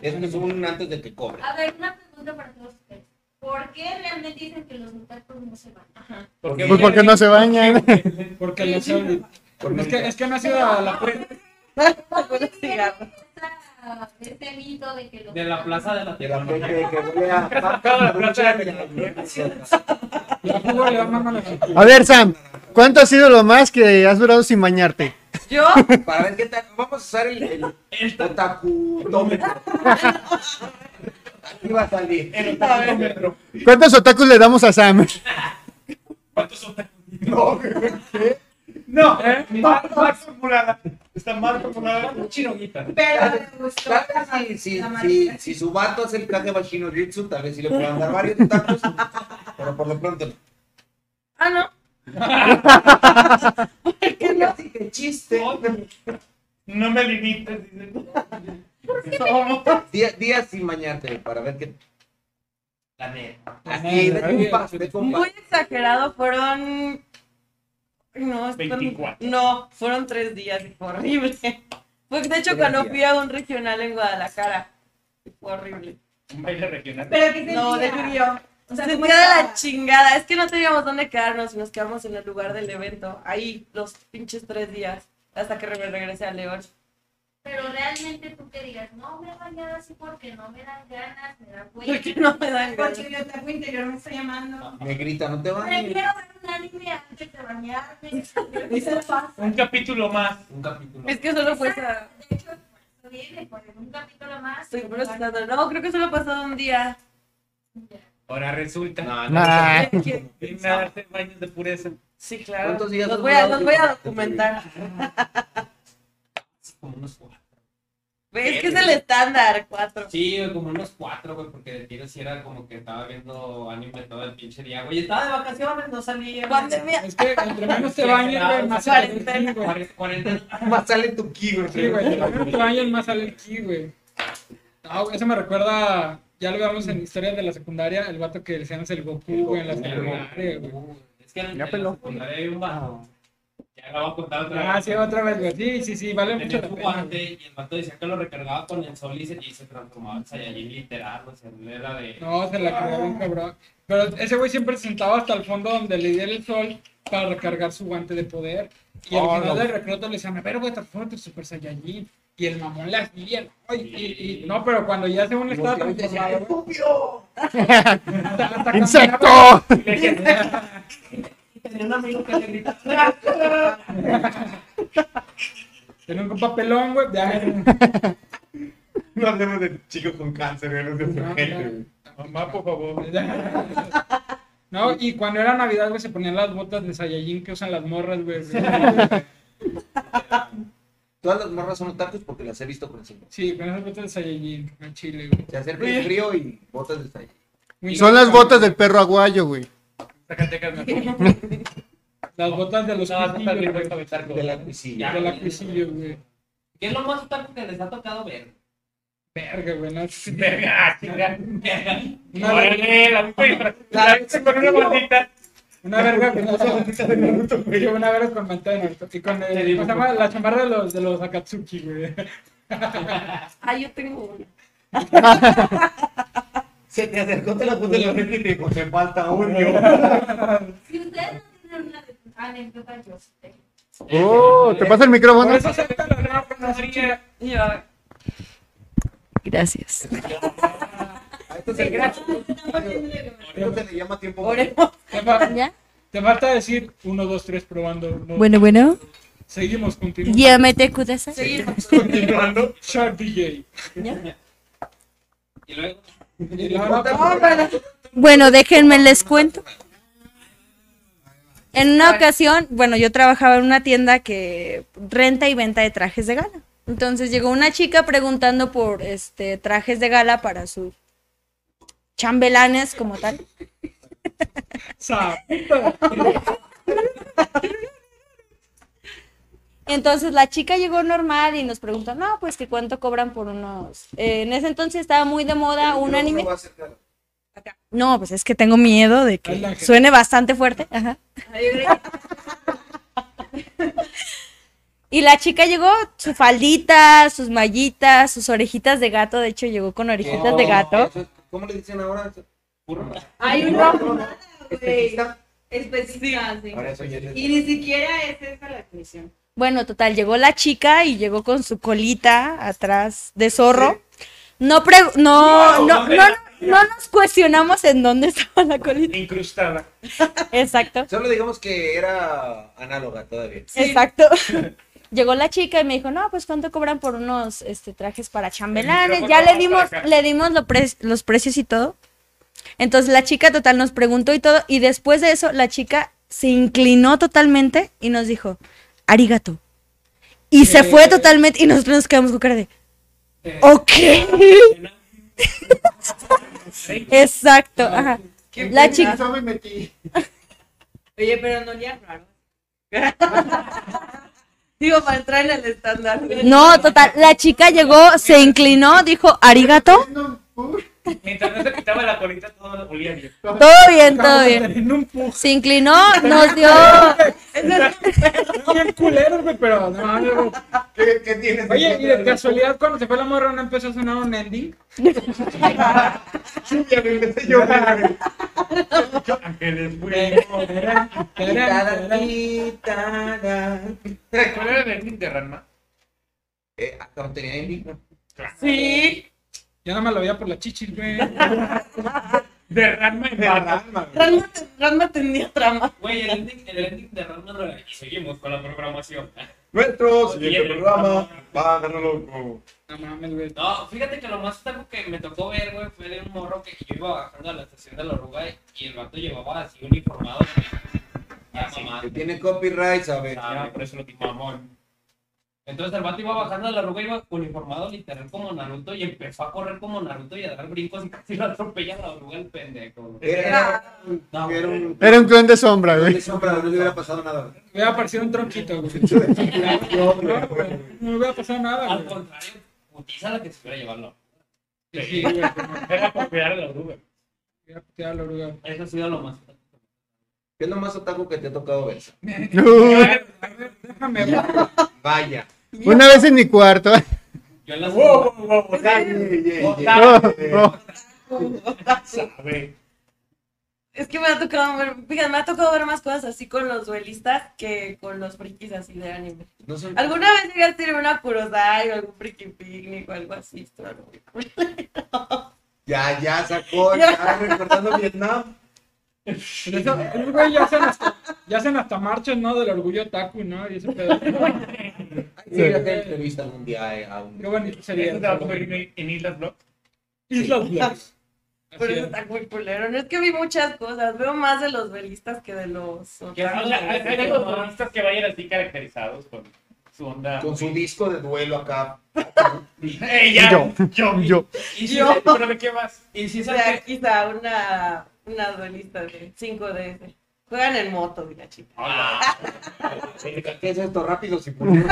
F: Este es un antes de que cobre.
K: A ver, una pregunta para todos ustedes. ¿Por qué realmente dicen que los otakus no se van?
I: Porque
J: Pues porque no se bañan.
H: Porque lo sé. Es que, es que no ha sido a la puerta.
G: Con el cigarro.
K: Ah, Este mito de que los
I: De la plaza de la
F: De la
I: tierra.
F: gente que huele a
I: Acaba la plaza de la
H: La jugo le va mamando la gente.
J: A ver, Sam, ¿cuánto ha sido lo más que has durado sin bañarte?
G: Yo,
F: Para ver qué tal. Vamos a usar el, el, el otacutómetro. Aquí va a salir.
G: a ver,
I: Pero,
J: ¿Cuántos otakus le damos a Sam?
I: ¿Cuántos son tan-
F: No,
I: No, ¿Eh? mi mar- mal formulada. Está mal formulada. Un chironguita.
L: Pero me gustó
F: tal
L: la ma-
F: vez si, si,
L: la
F: si,
L: marca.
F: si su vato es el Kage Bashino Jutsu, tal vez si le puedan dar varios tacos. Pero por lo pronto no.
G: ah, no.
F: ¿Qué no? Así que chiste.
I: No me limites. dice.
F: Día- Días sin bañarte para ver qué.
I: La neta.
F: Así, de compas, de
G: Muy
F: compas.
G: exagerado, fueron. No, es-
I: 24.
G: No, fueron tres días y fue horrible. Fue, de hecho,
F: Tres
G: cuando
F: días.
G: fui a un regional en Guadalajara, fue horrible.
I: Un baile regional.
L: Pero que
G: No, de Yu-Gi-Oh.
L: O sea,
G: Se
L: ¿cómo
G: de la
L: estaba?
G: chingada. Es que no teníamos dónde quedarnos y nos quedamos en el lugar del evento. Ahí, los pinches tres días. Hasta que me regresé a León.
K: Pero realmente tú que digas, no me he bañado así porque no me dan ganas, me da
G: Porque
K: cuello.
G: no me dan ganas.
L: Porque mi otaku interior me está llamando.
F: Me grita, no te bañes.
K: Prefiero ver un anime antes de bañarme. Eso pasa.
I: Un capítulo más.
F: Un capítulo.
G: Es que solo fue esa.
K: De hecho, por eso viene, por un capítulo más.
G: Estoy procesando. No, creo que solo pasó un día.
I: Ahora resulta.
F: No, no.
J: Nah.
I: Y nada, hace baños de pureza.
G: Sí, claro.
F: ¿Cuántos días
G: los
F: has
G: voy a,
F: durado
G: los voy a
F: sin-
G: documentar.
I: Como unos cuatro.
G: Güey, es que es
I: Siete.
G: el estándar, cuatro.
I: Sí, güey, como unos cuatro, güey, porque de tiro sí era como que estaba viendo anime todo el pinche día, güey. Estaba de vacaciones, no salía. güey.
G: Pandemia.
H: Es que entre menos te bañes, güey, más sale el ki, güey.
F: Más sale tu ki, güey.
H: Sí, güey, entre menos te bañes, más sale el ki, güey. Ah, güey, eso me recuerda, ya lo veamos en historias de la secundaria, el vato que decían es el Goku, güey, en la secundaria, güey.
I: Es que en la secundaria hay un vato. Ya lo voy a contar otra
H: Ah, sí, otra vez, güey. Sí, sí, sí, vale mucho
I: Tenía
H: la
I: su
H: pena.
I: guante y el vato decía que lo recargaba con el sol y se, y se transformaba en Saiyajin literal, o sea, no era de...
H: No, se la cagó bien cabrón. Pero ese güey siempre se sentaba hasta el fondo donde le diera el sol para recargar su guante de poder. Y al
I: Oh,
H: final
I: no.
H: del recluta le decían, a ver, güey, transformate Super Saiyajin. Y el mamón le hacía, ¿no? Y, y- y- no, pero cuando ya según le estaba transformado, güey, hasta- hasta caminaba,
J: ¡Insecto!
H: güey, le decía,
I: Tenía un amigo que le gritaba.
G: Ah,
H: Tenía un papelón, güey. ya.
F: No hablemos de chicos con cáncer, güey, no de gente, güey. Mamá, por favor.
H: No, y cuando era Navidad, güey, se ponían las botas de Saiyajin que usan las morras, güey.
F: Todas las morras son otakus porque las he visto con cinco.
H: Sí, con esas botas de Saiyajin, en Chile, güey.
F: Se acerca el frío y botas de Saiyajin.
J: Son las botas del perro aguayo, güey.
H: Las botas de los cuisillos, güey.
F: De la piscina.
H: De la cuisillo, güey.
I: ¿Qué es lo más otaku que les ha tocado ver?
H: Verga, güey. No, sí.
I: Verga, chica. Verga.
H: Una verga. La verga con una bandita. Una verga con una bandita de Naruto, güey. Una verga con manta de Naruto. Y con el, ¿cómo se llama? la chamarra de los, de los Akatsuki, güey.
G: Ah, yo tengo una.
F: Se te acercó, te la puse en la frente y te dijo, te falta uno.
K: Si ustedes no tienen una anécdota, yo sí tengo.
J: Oh, ¿te pasa el micrófono?
G: Gracias.
F: A esto se le a esto se le llama tiempo.
H: Te, fa- te falta decir 1, 2, 3 probando. uno.
M: Bueno, bueno.
H: Seguimos continuando.
M: Ya me te kudasai.
H: Seguimos continuando. Shark DJ.
I: Y luego.
H: Y luego-
M: Bueno, déjenme les cuento. En una ocasión, bueno, yo trabajaba en una tienda que renta y venta de trajes de gala. Entonces llegó una chica preguntando por este trajes de gala para sus chambelanes como tal. Entonces la chica llegó normal y nos preguntó, no, pues que cuánto cobran por unos... Eh, en ese entonces estaba muy de moda un anime. No, pues es que tengo miedo de que suene bastante fuerte. Ajá. Y la chica llegó, su faldita, sus mallitas, sus orejitas de gato. De hecho, llegó con orejitas de gato.
F: ¿Cómo le dicen ahora?
L: Hay una pomada, güey. Específica, sí.
F: Ahora eso ya es-
L: Y ni siquiera es esa la definición.
M: Bueno, total, llegó la chica y llegó con su colita atrás de zorro. No, pre- no,
N: Wow,
M: no,
N: ¿dónde
M: no,
N: la-
M: no nos cuestionamos en dónde estaba la colita.
F: Incrustada.
M: Exacto.
F: Solo digamos que era análoga todavía.
M: Exacto. Llegó la chica y me dijo, no, pues cuánto cobran por unos este, trajes para chambelanes.
N: micrófono
M: Ya le
N: va
M: dimos,
N: para acá.
M: le dimos lo pre- los precios y todo. Entonces la chica total nos preguntó y todo. Y después de eso, la chica se inclinó totalmente y nos dijo, arigato. Y se fue totalmente y nosotros nos quedamos con cara de, ok. Exacto. ajá. La chica...
J: me metí.
G: Oye, pero no olía raro. Digo, para entrar en el estándar.
M: No, total, la chica llegó, se inclinó, dijo, arigato.
I: Mientras no se quitaba la colita, todo olía bien.
M: Todo bien, todo bien. Se inclinó, nos dio.
H: Bien culeros, güey, pero no, no.
F: ¿Qué, qué tienes?
H: Oye, y de casualidad, cuando se fue la morra, ¿no empezó a sonar un ending?
F: Sí, ya me empecé yo.
H: Ángeles,
I: ¿Cuál era el ending de Ranma?
F: Eh, no tenía ending, ¿no?
H: Sí. Yo no me lo veía por la chichis, güey.
I: De Ranma en Ranma.
G: Ranma, Ranma tenía trama.
I: Güey, el ending, el ending de Ranma no era- y seguimos con la programación.
F: Nuestro
I: siguiente
F: programa, págalo loco.
H: No mames, güey.
I: No, fíjate que lo más otaku que me tocó ver, güey, fue de un morro que yo iba bajando a la estación de la oruga y el vato llevaba así uniformado. güey. Ya, mamá.
F: Que tiene copyright, ¿sabes?
I: Ah, por eso lo mamón. Entonces el vato iba bajando de la ruga, iba uniformado literal como Naruto y empezó a correr como Naruto y a dar brincos y casi lo atropella la oruga el pendejo.
F: Era-
I: No,
F: era un-
J: Era un clon de sombra, güey.
F: De sombra, no le hubiera pasado nada.
H: Me hubiera parecido un tronquito, güey.
F: No, güey.
H: No me hubiera pasado nada, güey.
I: Al contrario, putiza la que se hubiera llevarlo. Sí,
H: Sí, güey. pues,
I: güey. Era por cuidar a la oruga.
H: Ya puteaba la oruga.
I: Eso ha sido lo más.
F: ¿Qué es lo más otaku que te ha tocado ver?
H: Déjame. güey.
F: Vaya.
J: Una vez en mi cuarto.
I: Yo en la
H: Wow, wow, wow,
J: No,
G: Es que me ha tocado ver, fíjate, me ha tocado ver más cosas así con los duelistas que con los frikis así de anime.
F: No sé.
G: ¿Alguna vez llegaste a ir a una Kurosai o algún friki picnic o algo así? Estuvo muy cool.
F: Ya, ya sacó, ya recordando Vietnam.
H: Eso, el güey ya hacen hasta, ya hacen hasta marchas, ¿no? Del orgullo taku, ¿no? Y ese pedo.
F: Sí, yo te entrevista algún día eh, a un.
H: Qué bonito sería.
F: Eso te va a convertir
H: en Islas Block? Islas Block.
G: Por
H: Así
G: eso
H: es.
G: está muy culero. No es que vi muchas cosas, veo más de los duelistas que de los
I: Que
G: otros.
I: son la- hay hay los turistas que vayan así caracterizados con su onda.
F: Con su disco de duelo acá.
I: ¡Ey, ya!
F: Yo.
I: Yo.
J: oh, Yo.
I: ¿Y si
G: Yo.
I: ¿Pero de qué más? ¿Y si
G: O
I: es
G: sea,
I: el que-
G: quizá una, una duelista de 5DS. Juegan en moto, mira, chica.
I: Ah,
F: ¿Qué es esto? Rápido, si
I: en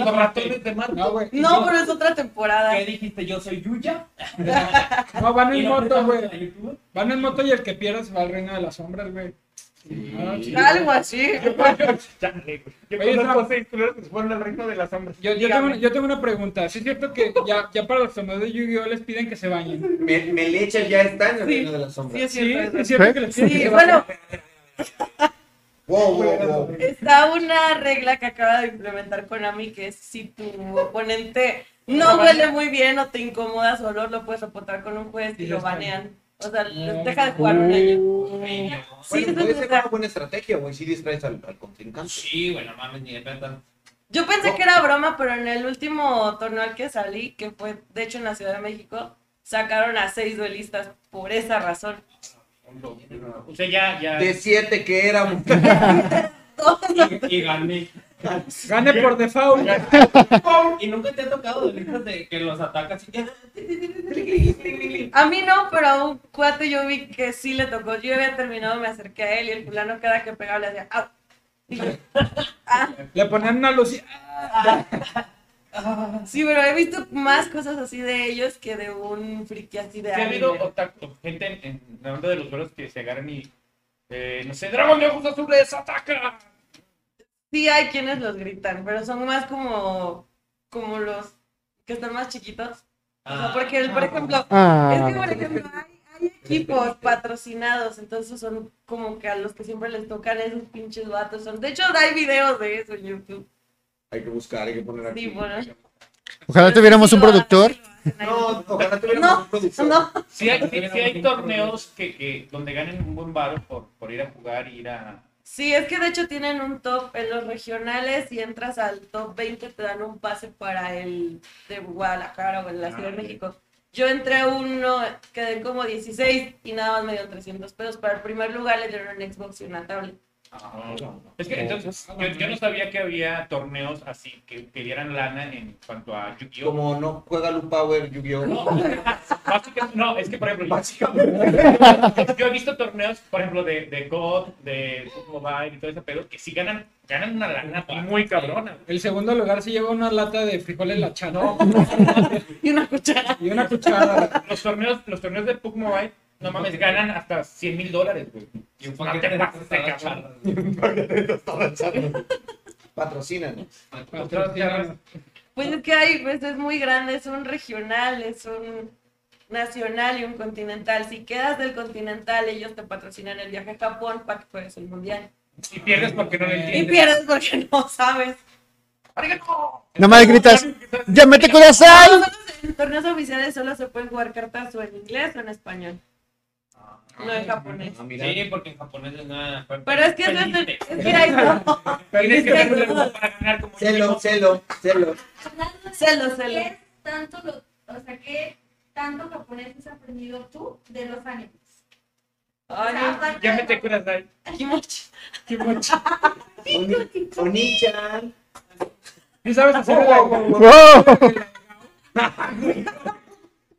I: los ratones de mar.
H: No, güey.
G: No, pero es otra temporada.
I: ¿Qué dijiste? Yo soy Yuya.
H: No, van
I: ¿Y
H: en
I: lo
H: moto,
I: prestamos a
H: güey.
I: YouTube?
H: Van en moto y el que pierda se va al reino de las sombras, güey. Ah, sí.
G: Algo así.
I: Chale, güey. Yo
H: Oye,
I: conozco
H: Sam.
I: seis culeros que se fueron al reino de las sombras.
H: Yo, yo, tengo, yo tengo una pregunta. ¿Sí es cierto que ya, ya para los torneos de Yu-Gi-Oh! les piden que se bañen?
F: Me, me leche ya está en el reino de las sombras.
G: Sí, es
H: Sí,
G: cierto.
H: es cierto que les piden que
G: Sí,
H: se
G: bueno,
H: bañen.
F: Wow, wow, wow.
G: Está una regla que acaba de implementar Konami que es si tu oponente no huele muy bien o te incomoda su olor, lo puedes reportar con un juez y lo banean. O sea, lo- deja de jugar un año. Sí,
F: Bueno,
G: eso
F: puede
G: es
F: ser
G: verdad.
F: una buena estrategia, güey, si distraes al, al contrincante.
I: Sí, güey, no mames, ni de pedo.
G: Yo pensé
F: Oh.
G: que era broma, pero en el último torneo al que salí, que fue de hecho en la Ciudad de México, sacaron a seis duelistas por esa razón.
I: O sea, ya, ya.
F: De siete que éramos.
I: Y, y gané.
H: Gane por default.
I: Y nunca te ha tocado delitos de que los atacas y que.
G: A mí no, pero a un cuate yo vi que sí le tocó. Yo había terminado, me acerqué a él y el fulano cada que pegaba le hacía "Ah", ¡au!
H: Le ponían una luz. y-
G: Sí, pero he visto más cosas así de ellos que de un friki así de
I: Sí, ha
G: anime.
I: habido otaku- gente en, en la onda de los velos que se agarran y. eh, no sé, dragón de ojos azules, ataca.
G: Sí, hay quienes los gritan, pero son más como, como los que están más chiquitos. O sea, porque, el- por ejemplo,
J: Ah.
G: es que, por ejemplo, hay, hay equipos patrocinados, entonces son como que a los que siempre les tocan esos pinches vatos. Son... De hecho, hay videos de eso en YouTube.
F: Hay que buscar, hay que poner aquí.
G: Sí, bueno.
J: Ojalá tuviéramos un productor.
F: No, ojalá tuviéramos
G: No,
F: un productor.
G: no.
I: Sí, hay, sí, sí hay torneos que, que donde ganen un buen varo por, por ir a jugar, ir a.
G: Sí, es que de hecho tienen un top en los regionales y entras al top 20 te dan un pase para el de Guadalajara o en la Ciudad de México. Yo entré a uno, quedé como 16 y nada más me dieron 300 pesos. Para el primer lugar le dieron un Xbox y una tablet.
I: Es que entonces, yo, yo no sabía que había torneos así que, que dieran lana en cuanto a Yu-Gi-Oh!
F: Como no juega Lu Power, Yu-Gi-Oh!
I: Básicamente, no, es que por ejemplo, yo, yo he visto torneos, por ejemplo, de, de God, de Mobile y todo ese pedo, que sí ganan, ganan una lana muy cabrona.
H: El segundo lugar se lleva una lata de frijoles la chano
G: Y una cuchara.
H: y una cuchara.
I: Los torneos, los torneos de Pug Mobile, no mames, ganan hasta 100 mil dólares, güey.
F: Y un
I: No te pases de cabrón.
F: Patrocínanos.
G: Pues es que hay, pues es muy grande, es un regional, es un nacional y un continental. Si quedas del continental, ellos te patrocinan el viaje a Japón para que juegues el mundial.
I: Y pierdes porque no lo
G: Y
I: entiendes.
G: pierdes porque no sabes.
J: Nomás gritas, ¡ya mete corazón!
G: En torneos oficiales solo se pueden jugar cartas o en inglés o en español. No en japonés.
F: Ah, mira.
I: Sí, porque en japonés es nada.
G: Pero es que es,
I: Feliz.
G: es- es que hay como
I: Tienes que
G: Feliz.
I: perder para ganar como
F: Celo, celo, celo.
K: Hablando de
G: Celo,
K: ¿qué
G: celo.
K: es tanto lo, o sea, ¿qué tanto japonés has aprendido tú de los animes? O sea,
G: Ay,
K: aparte
I: Ya me
K: de-
I: te curas, Dai.
G: kimochi.
F: Oni- Oni-chan.
H: ¿Sí sabes hacer el ahogado?
J: Oh,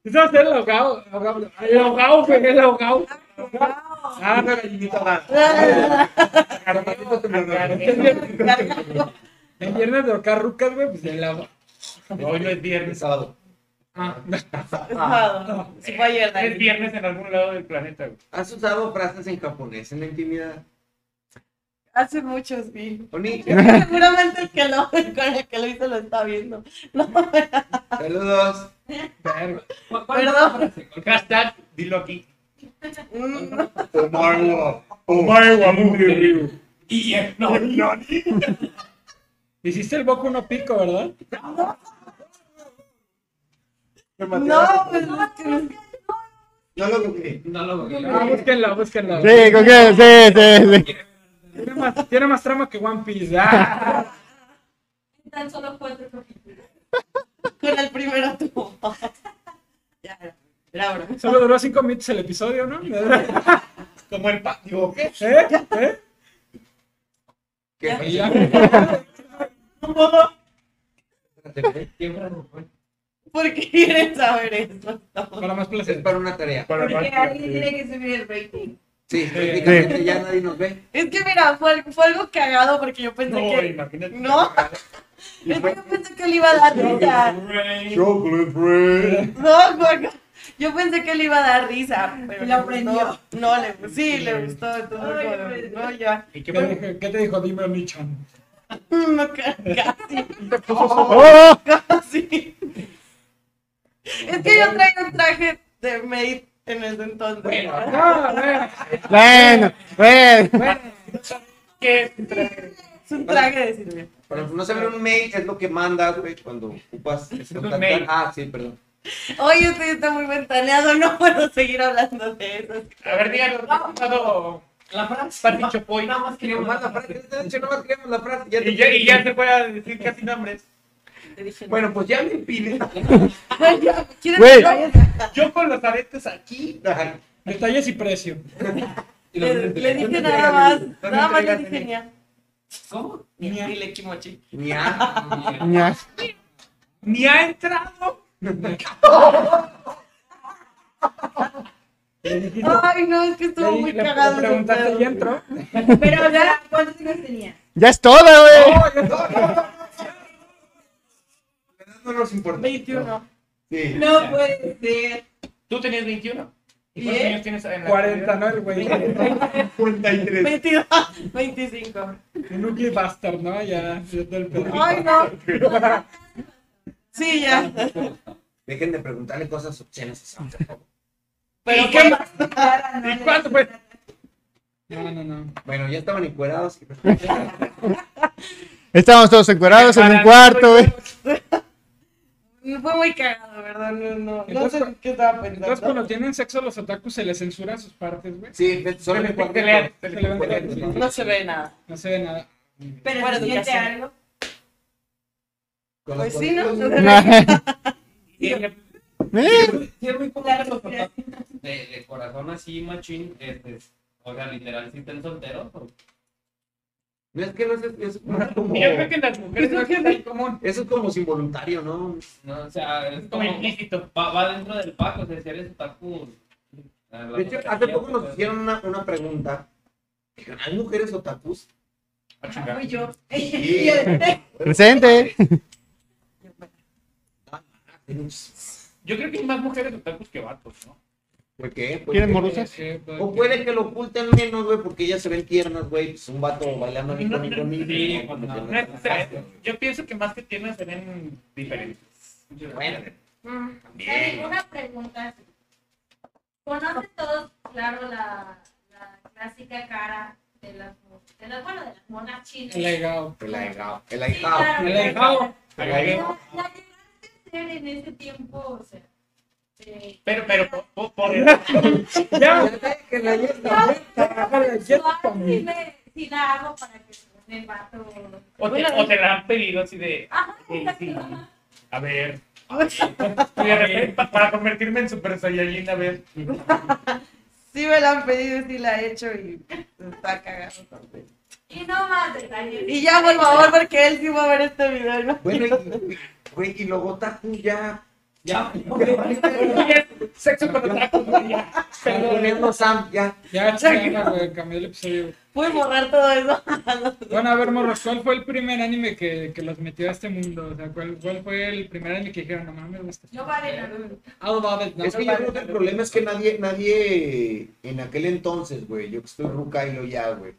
H: ¿Sí sabes hacer el ahogado? El ahogado, el ahogado, güey, el ahogado. Ah, no, gallinita, va. Garbanzo, te mandaron. El viernes de ahorcar rucas, güey, pues el agua.
I: Hoy no es viernes, sábado.
H: Ah,
G: Sábado. Sí fue ayer, Dani.
I: Es viernes en algún lado del planeta, güey.
F: ¿Has usado frases en japonés en la intimidad?
G: Hace muchos, sí.
F: Konnichiwa.
G: Seguramente el que lo, con el que lo hizo lo está viendo. No,
F: Saludos.
G: perdón. Mm,
I: Hashtag, dilo aquí.
F: Omarwa.
H: Y no, Hiciste el Boku no pico, ¿verdad?
G: No, pues no, que no.
F: No lo busqué.
I: No lo busqué.
H: Ah, búsquenla, búsquenla.
J: Sí, ¿con qué? Sí, sí, sí.
H: Tiene más, tiene más trama que One Piece. Ah.
K: Tan solo cuatro capítulos.
G: Con el primero tuvo. Ya, era. era broma.
H: Solo duró cinco minutos el episodio, ¿no?
I: Como el pa... Digo, ¿qué?
H: ¿Eh? ¿Eh?
I: Que ya.
F: Pues
G: ¿Por qué quieren saber eso?
H: Para más
F: Es
H: placer.
F: para una tarea.
L: Porque alguien tiene que subir el rating.
F: Sí, prácticamente ya nadie nos ve.
G: Es que mira, fue, fue algo cagado porque yo pensé
I: No,
G: que.
I: imagínate.
G: No. Es que yo pensé que le iba a dar risa.
F: Chocolate bread.
G: No, Juan, Yo pensé que le iba a dar risa. Pero
L: Y la
G: le gustó. No, le gustó. Sí, le gustó. entonces,
L: Ay,
G: como de,
L: pues.
G: no, ya.
I: ¿Y
H: ¿Qué
I: qué
H: te
I: pasa?
H: dijo, ¿Qué te dijo? Dime, Michan.
G: No, ca- casi.
J: ¡Oh!
G: Casi. Es que yo traía un traje de maid en ese entonces.
H: Ah, bueno.
J: Bueno, bueno.
I: ¿Qué?
G: Es un traje de sirvienta.
F: Para no saber un mail es lo que mandas, güey, cuando ocupas
I: un
F: contactar.
I: mail.
F: Ah, sí, perdón.
G: Oye, estoy, está muy ventaneado. No puedo seguir hablando de eso.
I: A ver, díganos. La frase. Pati Chapoy. Nada más quería
F: Nomás la
I: una
F: frase, de hecho, nomás queremos la frase. Ya te-
I: Y ya, y ya se fue a decir casi nombres.
G: Te dije,
F: Bueno, pues ya me piden.
G: no, ya, ¿quieres
J: Güey.
G: que vaya?
I: Yo con los aretes aquí.
F: Ajá.
H: Detalles y precio.
G: Le, le dije
F: ¿Dónde
G: nada
F: entregas
G: más.
F: el- dónde
G: Nada más le
F: entregas
G: dije
F: el-
G: ña.
I: ¿Cómo?
G: Ña,
I: Ña.
G: Dile kimochi.
F: Ya.
J: Ñas.
I: Ni ha entrado.
H: Le dijiste-
G: Ay, no, es que
H: le
G: estuvo
H: di-
G: muy
H: le
G: cagado. ese
H: preguntaste
G: pedo.
H: y entró.
L: Pero, o sea, ¿cuántos años tenía?
J: Ya es todo, güey.
F: No nos importa.
G: 21.
F: Sí.
L: No puede ser.
I: Tú tenías 21. ¿Y
L: Bien.
I: cuántos años tienes en la
H: 40, ¿no? El güey.
F: 53.
G: 22. 25.
H: Un ugly bastard, ¿no? Ya. ya todo el pedo.
G: Ay, no. Sí, ya.
F: Dejen de preguntarle cosas obscenas a Santa.
G: Pero
I: ¿Y qué
G: fue-
I: más? ¿Y cuánto fue?
H: No, no, no.
F: Bueno, ya estaban encuerados.
J: Estábamos todos encuadrados en un
I: Para-
J: cuarto, güey.
G: fue muy cagado, ¿verdad? No, no, no
H: Entonces,
G: sé qué estaba
H: Entonces,
G: pensando.
H: cuando tienen sexo, los otakus se les censuran sus partes, güey.
F: Sí, solo en el
H: Se le-
F: cuartito.
H: se le ven cuadritos, ¿no?
G: No se ve nada.
H: No se ve nada.
L: Pero
G: Buena
L: se siente
G: educación.
L: algo.
F: Con los
G: Pues sí, ¿no?
F: cuadritos.
G: No se ve.
J: Eh,
I: Sí, sí, es muy
L: La
I: común que los papás
L: respiración.
I: de, de corazón así, machín, este, o sea, literal, si están solteros. o-
F: No es que no es, es como.
I: Yo creo que en las mujeres no es tan común.
F: Eso es como involuntario, ¿no?
I: No, o sea, es como implícito. Va, va dentro del paco, o sea, si eres otaku. la- la
F: De hecho,
I: otaku,
F: hace poco nos
I: pues,
F: hicieron una, una pregunta. Dijeron, ¿Hay mujeres otakus?
I: a chingar.
L: Fui yo.
J: Presente.
I: Yo creo que hay más mujeres otakus que vatos, ¿no?
F: ¿Por qué? Pues,
J: ¿Quieren
F: eh,
J: morrosas?
H: Sí, pues,
F: O puede que lo oculten menos, güey, porque ellas se ven tiernas, güey. Pues un vato bailando ni
I: No,
F: con ni
I: no,
F: con ni.
I: sí,
F: no,
I: cuando-
F: como que
I: no es-
F: no
I: o
F: te
I: sea,
F: alcanza, güey.
I: Yo pienso que más que tiernas serán diferentes.
F: Bueno,
G: Mm.
K: ¿Saben? Una pregunta. ¿Conocen todos, claro, la, la clásica cara de las, mo- de las, bueno, de las monas chinas?
H: El legado.
F: el ahijado. El
K: Sí,
F: ahijado.
K: claro.
H: El ahijado.
F: El
K: La, la
F: ahijado.
K: llegaste a ser en ese tiempo, o sea. eh,
I: Pero, pero, po- po- por,
H: Ya,
F: Que la yeta.
H: bájale, ya está,
K: suave,
H: güey.
K: sí le- sí la hago para que se me vato.
I: o, te, o te la han pedido así de.
K: Ajá,
I: Sí, sí.
K: exacto.
I: A ver. Y de repente, pa- para convertirme en Super Saiyajin, a ver.
G: Sí me lo han pedido, sí la he hecho y está cagado también.
K: Y no más detalles.
G: Y ya, por favor, porque él sí va a ver este video. ¿no?
F: Bueno, y, güey, y luego Taku ya. Ya,
H: Sexo con otaku, güey, ya.
F: Poniendo Sam, ya.
H: Ya, chingada, güey, cambié el episodio.
G: Puedes borrar todo eso.
H: pues, Bueno, a ver, morros, ¿cuál fue el primer anime que, que los metió a este mundo? O sea, ¿cuál, cuál fue el primer anime que dijeron, no mames, gusta?
K: No vale Naruto.
H: Ah, no, mames, no,
F: Es que
H: no,
F: yo creo que el problema es que nadie, nadie en aquel entonces, güey, yo que estoy ruca y lo ya, güey.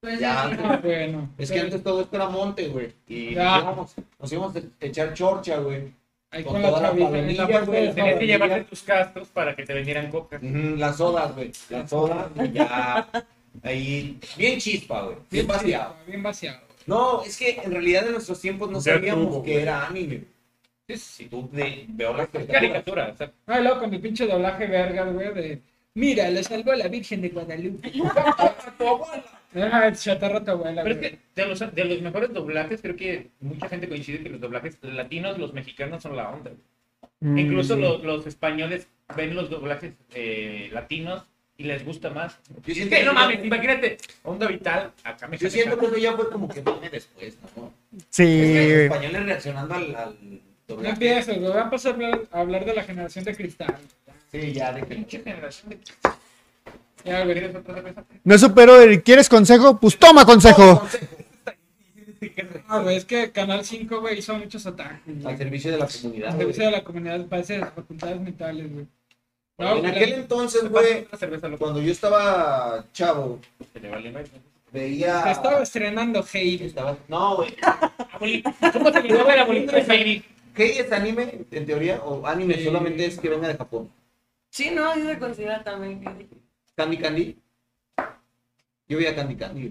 K: Pues
F: Ya,
K: sí,
H: Ah, bueno.
F: Es que antes todo esto era monte, güey. Y
H: Ya.
F: nos íbamos, nos íbamos a echar chorcha, güey.
H: Ahí
F: con
H: con la
F: toda la
H: chavita, en
F: familia,
H: la parte
F: güey,
H: de-
I: Tenías que llevarte tus castos para que te vendieran coca.
F: Ujú, Las sodas, güey. Las sodas, y ya. Ahí, bien chispa, güey. Bien vaciado.
H: Bien vaciado.
F: No, es que en realidad en nuestros tiempos no
I: Ya
F: sabíamos
I: tuvo,
F: que
I: güey.
F: era anime.
I: Sí, sí.
F: Tú de- veo las caricaturas.
I: Caricatura, o sea,
H: Ah, y luego con mi pinche doblaje verga, güey, de... Mira, le salvó la Virgen de Guadalupe. Ah, chatarra tu abuela,
I: Pero es
H: güey.
I: que de los, de los mejores doblajes, creo que mucha gente coincide que los doblajes latinos, los mexicanos son la onda.
C: Mm.
I: Incluso los, los españoles ven los doblajes eh, latinos y les gusta más.
F: Yo
I: es
F: siento
I: que
F: que
I: no
F: ya-
I: mames, imagínate, onda vital, acá me
F: Yo siento que eso ya fue como que mame después, ¿no? Es que los
J: Sí, güey.
F: españoles reaccionando al, al
H: No
F: doblaje.
H: empieces, güey. Vamos a hablar, a hablar de la generación de cristal.
F: Sí, ya, de que.
I: Pinche generación de...
H: Ya, güey.
I: ¿Quieres otra cerveza?
J: No supero el ¿quieres consejo? Pues toma consejo.
H: Ah, güey, es que Canal 5, güey, hizo muchos ataques.
F: Al servicio de la comunidad.
H: Al
F: güey.
H: servicio de la comunidad, parece de las facultades mentales, güey. No,
F: En
H: güey,
F: aquel
H: la-
F: entonces,
I: Te paso
F: güey,
I: otra cerveza, loco.
F: cuando yo estaba chavo,
I: Que le vale madre.
H: se
F: veía.
H: estaba estrenando Heidi.
F: estaba- No, güey.
I: Abuelito, ¿Cómo se olvidó el abuelito de Heidi?
F: ¿Qué es anime, en teoría? O anime solamente es que venga de Japón.
G: Sí, no, sí se considera también. que-
F: Candy Candy. Yo veía Candy Candy.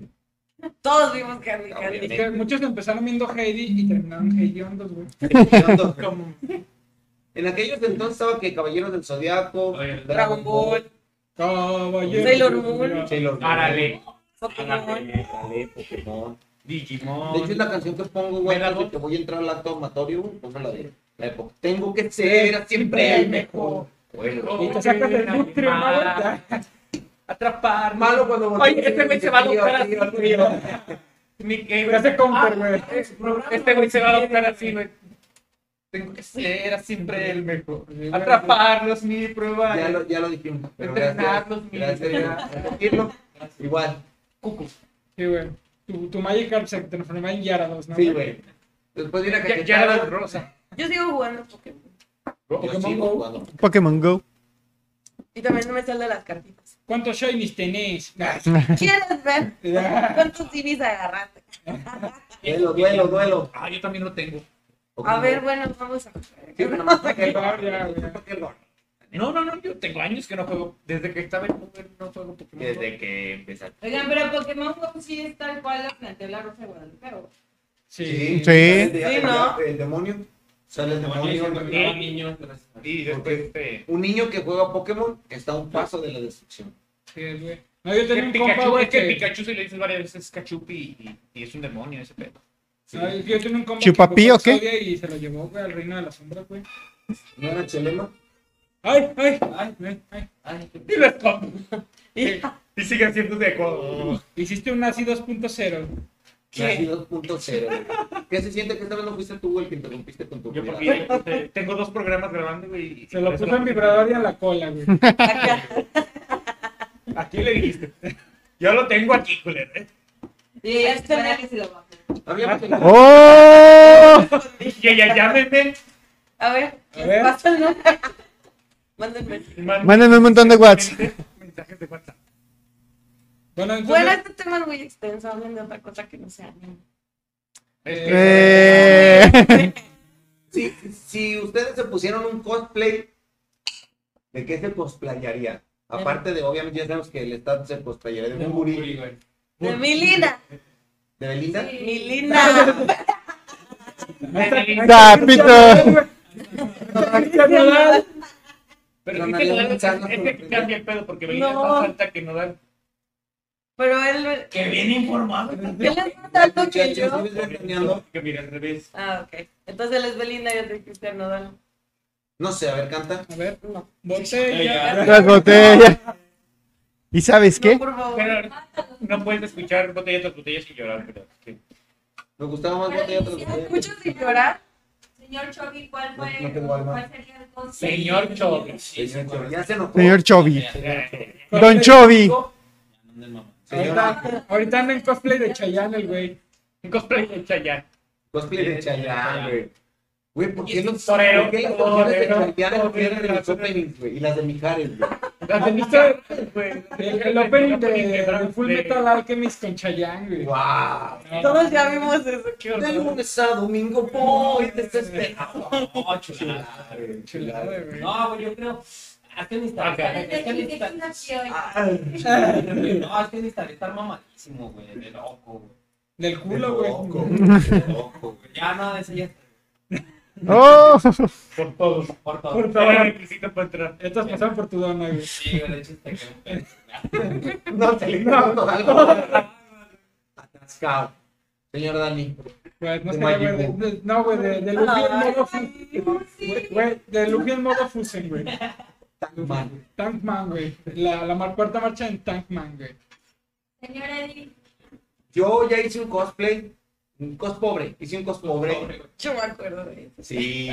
F: güey.
G: Todos vimos Candy
H: Es
G: Candy.
H: que muchos empezaron viendo Heidi y terminaron hediondos, güey. Como
F: En aquellos entonces estaba que Caballeros del Zodiaco,
I: Oye,
G: Dragon Ball,
H: caballero.
G: Sailor Moon.
F: Sailor Moon,
I: Árale,
G: Pokémon.
F: Árale, Pokémon. De hecho, es
I: Digimon.
F: la canción que pongo, güey,
I: Megadon.
F: desde que voy a entrar al acto amatorio, güey, pongo la de la de Pokémon. Tengo que ser siempre el mejor.
I: Oh.
F: Bueno,
H: Y te sacas del butre, ¿no, güey?
I: Atrapar.
F: malo cuando
I: Oye, este güey se va a
F: Tío,
I: adoptar así,
F: tío,
I: güey.
F: tío.
I: Mi que,
H: Ya se compra,
I: Ah,
H: güey.
I: es- Este güey se va a adoptar así, güey. Tengo que ser siempre el mejor. Atraparlos, mi prueba.
F: Ya lo, ya lo dijimos. pero
I: Entrenarlos,
F: gracias,
I: mi-
F: gracias, por repetirlo. Igual.
I: Cucu.
H: Sí, güey. Tu, tu Magikarp se transformaba en Yarados, ¿no?
F: Sí, güey. Después de ir a
I: Ya,
F: cachetar.
I: ya era rosa.
G: Yo sigo jugando Pokémon.
F: Yo
H: Pokémon
F: sigo
H: Go.
F: jugando.
J: Pokémon Go.
G: Y también me sale las cartitas.
H: ¿Cuántos shinies tenés?
G: ¿Quieres ver cuántos cinis agarraste?
F: Duelo, duelo, duelo.
I: Ah, yo también lo tengo.
G: A ver, bueno, vamos a ver.
F: Sí, pero nomás saca el
H: Ya,
F: bar,
H: ya,
F: ya,
H: güey.
I: No, no, no, yo tengo años que no juego. Desde que estaba en Uber no juego Pokémon. Go.
F: Desde que empezaste.
L: Oigan, pero Pokémon Go sí es tal cual lo planteó la Rosa de Guadalupe. ¿o?
H: Sí.
J: Sí.
F: El, de-
G: Sí, ¿no?
F: el demonio. Sale el
I: Cuando
F: demonio.
I: yo era
F: ¿no?
I: niño. Y después, este.
F: Un niño que juega Pokémon está a un paso de la destrucción.
H: Sí, güey. No, yo
I: Que
H: tenía un compa,
I: Pikachu,
H: güey,
I: es que
H: que-
I: Pikachu si le dices varias veces Cachupi y, y es un demonio ese pedo.
H: No, es que yo tenía un compa
J: ¿Chupapí
H: que jugó
J: o qué?
H: Exodia Y se lo llevó, güey, al reino de las sombras, güey.
F: ¿No era chileno?
H: Ay, ay, ay, ay, ay.
I: Y lo escondo. Y, y sigue siendo de Ecuador.
H: Hiciste un así 2.0.
F: Nací 2.0. ¿Qué se siente que esta vez no fuiste tú el que interrumpiste con tu
I: Yo
F: mirada?
I: porque este, tengo dos programas grabando, güey. y-
H: Se lo
I: y-
H: puso en vibrador y en la cola, güey.
I: Aquí le dijiste. Yo lo tengo aquí, culero. ¿eh?
L: Y ella
G: Este
L: espera que se lo baje.
F: Hablemos de
J: ¡Oh!
I: Dije, ya llámeme.
G: A ver,
H: A ver.
G: pasa el nombre. Mándenme.
J: Mándenme un montón de whats.
I: Mensajes de WhatsApp.
H: Bueno, entonces,
G: Bueno, este tema es muy extenso. Hablen de otra cosa que no sea anime.
I: Este,
J: Eh,
F: Si, si ustedes se pusieron un cosplay, ¿de qué se cosplayaría? Aparte de, obviamente, ya sabemos que el Estado se cosplayaría de un gurí.
G: De Milina.
F: ¿De Belinda?
G: Milina.
J: da, pito.
H: Cristian Nodal.
I: Pero
F: No,
I: es
F: no,
I: que
F: no,
I: Nodal
F: no,
I: es,
F: no,
I: es que
F: no,
I: cambia el pedo porque Belinda
G: No.
I: es más alta que Nodal.
G: Pero él.
I: Que bien informado.
G: Él es más alto que
F: Muchachos,
G: yo.
F: ¿sí me están planeando?
I: Que mira al revés.
G: Ah, ok. Entonces él es Belinda y yo soy Cristian Nodal.
F: No sé, a ver, canta.
H: A ver, botella.
J: Las botellas. ¿Y sabes qué?
I: Pero no puedes escuchar botella tras botella sin llorar, pero. sí.
F: Me gustaba más botella tras botella.
G: ¿Escuchas sin llorar?
K: Señor Chogi, ¿cuál
F: No,
K: fue?
F: no tengo alma.
K: ¿Cuál sería el consejo?
I: Señor Chobi.
F: Señor Chovy, ya se enojó.
J: Señor Chovy.
H: Cosplay
J: Don
H: de
J: Chovy.
H: Kiko. Ahorita, ahorita anda en cosplay de Chayanne el güey. En cosplay de Chayanne.
F: Cosplay de Chayanne, güey. Güey, ¿por qué no
H: torero,
F: ¿por qué las
H: torero,
F: canciones de Chayanne no
H: torero,
F: tienen
H: torero.
F: los openings, güey? Y las de Mijares, güey.
H: Las de Mr. güey. El, el opening de, de Full Metal Alchemist con Chayanne, güey.
F: ¡Wow!
G: Todos ya vimos eso. qué
F: De
G: horror.
F: lunes a domingo voy este- desesperado.
I: No, chulada.
F: Ay,
H: Chulada, güey.
I: No, güey, yo creo. Es que necesitar estar.
K: ¿Cuál
I: Es
K: es
I: que
K: el
I: necesitar.
K: Ay.
I: No, es que necesitar estar mamadísimo, güey. De loco, güey.
H: Del culo,
I: De
H: güey.
I: loco, güey. De loco, güey. Ya no, de eso ya.
J: ¡Oh!
I: Por todos. Por todos.
H: Por favor.
I: Era requisito para entrar.
H: Estas pasaron por tu dona, güey.
I: Sí, güey, de hecho, te quedó un pedo.
F: No, te no, no, algo. Atascado. Señor Dani.
H: Güey, Pues, no
F: De
H: sé, güey. de-
F: Majin Buu.
H: de- No, güey, de, de Luffy en modo Fusen.
K: sí.
H: Güey, de Luffy en modo Fusen, güey.
F: Man.
H: Tankman, güey. La, la mar- cuarta marcha en Tankman, güey.
K: Señor Eddie,
F: Yo ya hice un cosplay. Un cos pobre. Hice un cos pobre.
G: Yo me acuerdo de eso.
F: Sí.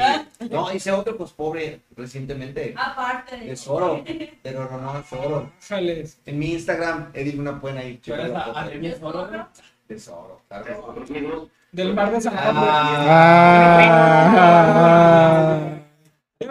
F: No, hice otro cos pobre recientemente.
G: Ah,
K: aparte de...
F: De Zoro. Pero no, no, Zoro.
H: Sales.
F: En mi Instagram, Edith una pueden ahí.
I: Yo
F: checar
I: era
F: la
I: esa
F: foto.
I: Arremia Zoro, güey.
F: De Zoro, claro.
H: Del mar de San Juan, güey.
J: Ah.
H: Ya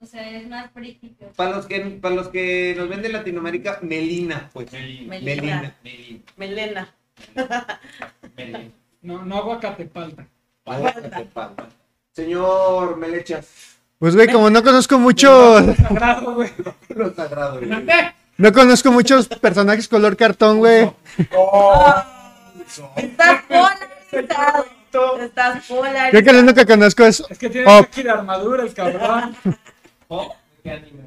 K: O sea, es más friki que
F: Para los que para los que nos ven de Latinoamérica, Melina, pues.
I: Melina.
G: Melina.
F: Melina.
I: Melina.
G: Melena.
I: Melina.
H: No, no aguacatepalta.
F: Aguántate, pata. Señor Melechas,
J: Pues, güey, como no conozco muchos,
H: Sagrado, güey.
F: lo sagrado. güey.
J: no conozco muchos personajes color cartón, güey.
H: Oh.
G: Estás polarizado. Estás polarizado.
J: Creo que lo único que conozco es
H: Es que tiene
F: Oh.
J: Op.
H: aquí de armadura el cabrón.
I: Oh, qué anime.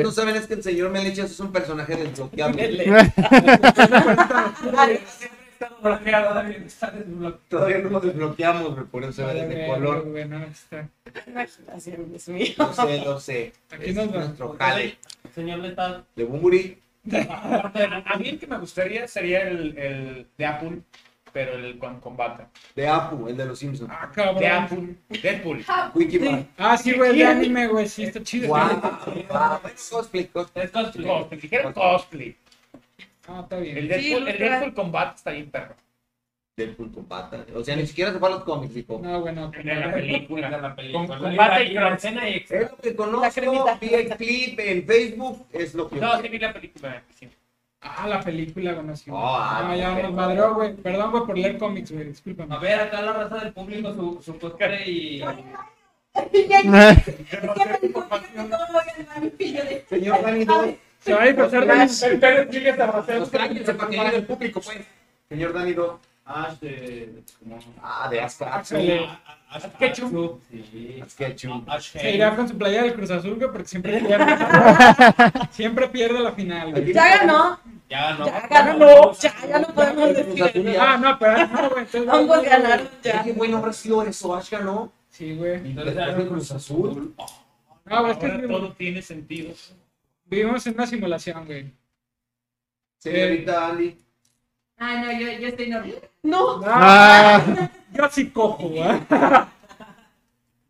J: eh,
F: no saben es que el señor Melechas es un personaje desbloqueable.
I: Dele. Está bloqueado, David, está desbloqueado.
F: Todavía no lo desbloqueamos, güey, por eso se ve de color.
H: Güey, no, está.
G: Imaginación, Dios mío.
F: Lo sé, lo sé.
H: Aquí
F: Es
H: nos va.
F: nuestro jale
I: Señor Letal.
F: de Bumburi.
I: A mí el que me gustaría sería el, el de Apple, pero el con combate.
F: De Apu, el de los Simpsons.
H: Ah,
I: De
H: cabrón.
I: Apple. Deadpool.
F: Wikiman.
H: Ah, sí, güey, de anime, güey. Sí, está chido. Ah,
F: Guau, guau, es cosplay, cosplay.
I: Es cosplay. cosplay. Dijeron cosplay.
H: Ah, está
I: El
H: bien.
I: Deadpool, el
G: ilustra.
I: Deadpool combate está bien perro.
F: Del punto pata. O sea, ni siquiera se fue a los cómics, dijo.
H: No, güey, no.
I: En la película. En la película. Con
H: Con
I: combate y con escena y extra.
F: Es lo que
G: La
F: conozco,
G: cremita.
F: vi el clip en Facebook, es lo que yo
I: No, sí
F: quiero.
I: vi la película. sí.
H: Ah, la película, güey. No, sí, güey.
F: Oh, ah,
H: No, ya
F: ok.
H: nos madreó, güey. Perdón, güey, por leer cómics, güey.
I: A
H: Discúlpame.
I: ver, acá la raza del público, su, su cosplay y...
H: Ah,
F: Señor Dani, dos.
H: Se va a disfrazar de... El perro sigue hasta
F: Pues cállense
H: ah,
F: para que llegue el público, pues. Señor Dani, dos.
I: Ash de... como-
F: Ah, de Ascachu.
H: Ándale.
I: Ash
H: Ketchum.
I: Sí.
F: Ascachu.
I: Ash
H: Se
I: Ketchum.
H: irá con su playa del Cruz Azul, güey, porque siempre pierde. siempre pierde la final, güey.
G: Ya ganó.
I: Ya no.
G: Ya ganó. Ya, ya no podemos decir.
H: Ah, no, pero no, güey. entonces-
G: Ambos ganaron ya.
F: Oye, güey, no habrá sido eso, Ash ganó.
H: Sí, güey.
F: Y después de Cruz Azul.
H: No, güey, es que
I: Ahora
H: vivimos-
I: todo tiene sentido.
H: vivimos en una simulación, güey.
F: Señorita Ali.
K: Ah, no, yo, yo estoy normal.
G: No,
J: ah,
H: Yo sí cojo, güey.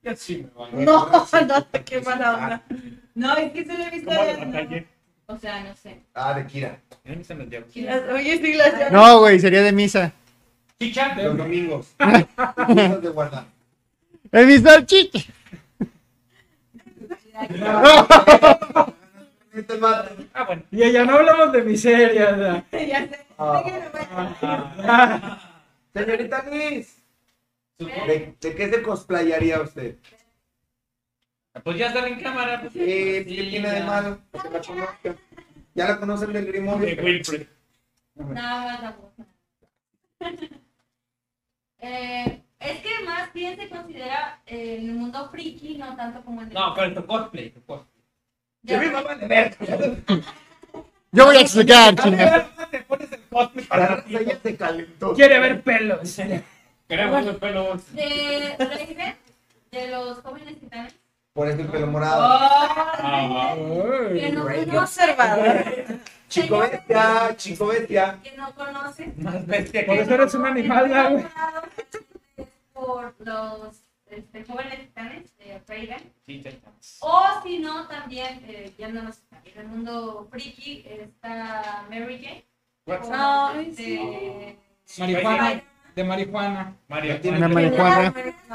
I: Ya sí me van.
G: no, no, qué mala onda.
L: No, es que solo he visto
I: Como
L: a
I: la
L: las
I: batalla.
K: O sea, no sé.
F: Ah, de Kira.
I: Ya ni se las llevo.
G: Oye, sí, las ya.
J: no, güey, sería de misa.
I: Chicha.
F: Los domingos. Los de guardar.
J: He visto el chiche.
F: No te mates.
I: Ah, bueno.
H: Y allá no hablamos de miseria, güey.
G: Ya sé.
F: Señorita Liz.
I: Su-
F: ¿De, de qué se cosplayaría usted?
I: Pues ya están en cámara. Pues,
F: Eh, ¿Qué
I: Sí,
F: tiene de
I: ya.
F: malo? Que la conozcan. Ya la conocen del Grimorio.
I: De Wilfred.
G: Nada más la voz. Eh, es que más bien se considera eh, el mundo friki, no tanto como el de
I: No, pero tu cosplay, tu cosplay.
G: Ya.
I: Yo me mamá de ver.
J: Yo voy a explicar, chinga.
I: Te pones el cosplay para
F: la ella se calentó.
H: Quiere ver pelos.
I: Queremos el pelo.
G: de Raven, de los jóvenes titanes.
F: Por eso el pelo morado.
I: Ah,
G: Oh, que no
F: Raven.
G: observador.
I: Oh,
F: Chico bestia, chico bestia.
G: Que no conoce
I: Más bestia
H: Por
I: que
H: eso eres un animal, ya, güey.
G: por los este, jóvenes titanes de Raven.
I: Sí, sí.
G: O si no, también, eh, ya no nos en el mundo friki, está Mary Jane. este,
I: What's
G: No,
K: up?
G: de...
H: Marihuana. De marihuana.
I: Mario,
J: Una
I: tiene
J: marihuana.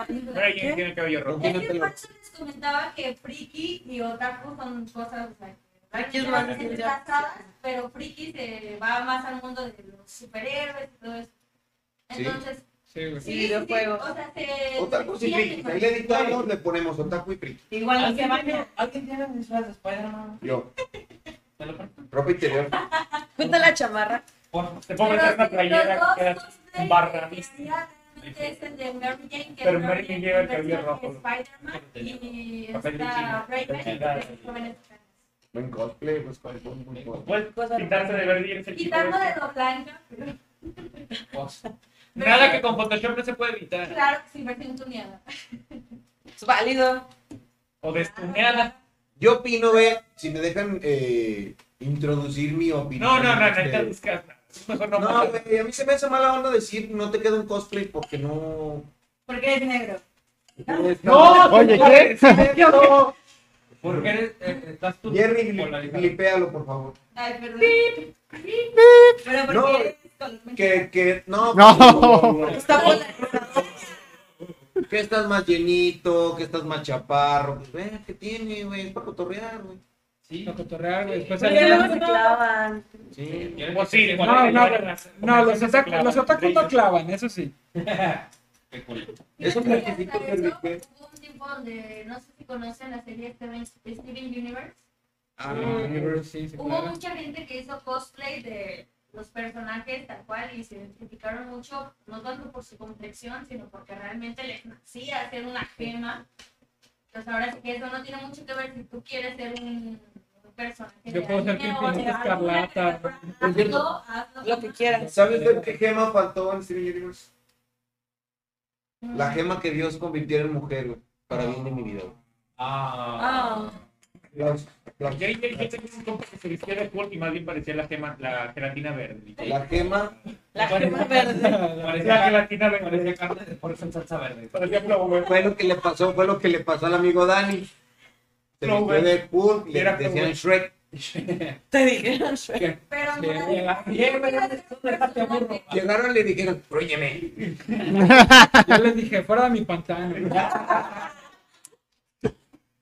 I: Brian tiene el cabello rojo.
G: Es que por eso les comentaba que friki y otaku son cosas o sea,
K: Friki es
G: que
K: más
G: van entrelazadas, pero friki se va más al mundo de los superhéroes y todo eso.
F: Sí.
G: Entonces,
H: Sí, güey.
G: sí,
K: Y videojuegos.
G: sí, o sea, se...
F: Otaku
G: se
F: y
G: fíjate,
F: friki. Ahí le editamos, le ponemos otaku y friki.
K: Igual
G: ah,
K: que se baña.
I: ¿Alguien tiene un disfraz de Spider-Man?
F: Yo,
I: Te lo presto.
F: ropa interior.
K: Junta la chamarra.
I: Por- Te
G: pero
I: puedo meter una
G: los
I: playera
G: dos
I: que queda
G: cosplays
I: barra.
G: que había realmente es el de Mary Jane, que
I: Pero
G: es Mary
I: Mary Jane
G: Jane
I: lleva el
G: en
I: cabello
G: versión de
I: rojo.
G: Spider-Man y
I: Papel de
G: está
I: chino.
G: Raven,
I: Chingada.
G: de los jóvenes titanes.
F: Buen cosplay, pues cuál fue muy bueno.
I: Puedes pintarse de verde y eres el chico
G: Quitando de
I: bestia.
G: lo blanco, pero
I: Nada que con Photoshop no se puede evitar.
G: claro que sí, versión tuneada.
K: Es válido.
I: O destuneada.
F: Yo opino, ve, si me dejan eh, introducir mi opinión.
I: No, no, no, no,
F: Este,
I: te buscas nada. Mejor no.
F: No,
I: pasa.
F: güey, a mí se me hace mala onda decir no te queda un cosplay porque no.
G: Porque eres negro.
I: No,
J: Oye, ¿qué?
I: no. Porque eres, eh, estás tú
F: Jerry,
I: polarizado.
F: flipéalo, por favor.
G: Ay, perdón. Pero porque
F: No.
G: eres con-
F: Que, que, no.
J: No.
K: Está polarizado.
F: Que estás más llenito, que estás más chaparro. Pues, ve, ¿qué tiene, güey? Es para cotorrear, güey.
I: Sí.
H: Lo cotorrear, güey. Después
K: Porque luego se
H: ahí-
K: clavan.
F: Sí.
I: Pues sí,
H: No, no,
I: cuando-
H: no, los otaku, los otaku no clavan, eso sí.
I: Qué cool.
F: Es un
G: Fíjate que
F: requisito
G: hasta
F: que
G: eso,
F: dije.
G: Hubo un tiempo donde, no sé si conocen la serie Steven, Steven Universe.
F: Ah,
H: Sí, sí,
G: Hubo
H: claro.
G: mucha gente que hizo cosplay de los personajes tal cual y se identificaron mucho, no tanto por su complexión, sino porque realmente les nacía hacer una gema. Entonces ahora sí que eso no tiene mucho que ver si tú quieres ser un un personaje
H: Yo
G: de
H: puedo ser
G: anime o
H: Pimpinita
G: de alguna
H: Escarlata.
G: caricatura, hazlo, hazlo.
K: Lo que quieras.
F: ¿Sabes de qué gema faltó en Steven Universe? La gema que Dios convirtió en mujer, güey. Para bien de mi vida, güey.
I: Ah.
K: Ah.
F: Las- las-
I: Yo, yo- yo tenía un compa que se vestía de Hulk y más bien parecía la, gema, la gelatina verde.
F: La gema.
K: La gema verde.
I: Parecía gelatina verde. Parecía carne de porco en salsa verde. Parecía plomo, güey.
F: Fue lo que le pasó, fue lo que le pasó al amigo Dani. Se
I: No,
F: metió
I: güey.
F: de pool, le
I: Era como-
F: decían Shrek.
K: Te dijeron, suerte.
G: Pero
H: Le-
G: no
H: le-
G: es-
I: Bien, güey,
G: no es
I: tú
G: un
I: déjate
G: personaje.
I: burro.
F: Llegaron y le dijeron, "Róyeme".
H: Yo les dije, fuera de mi pantano.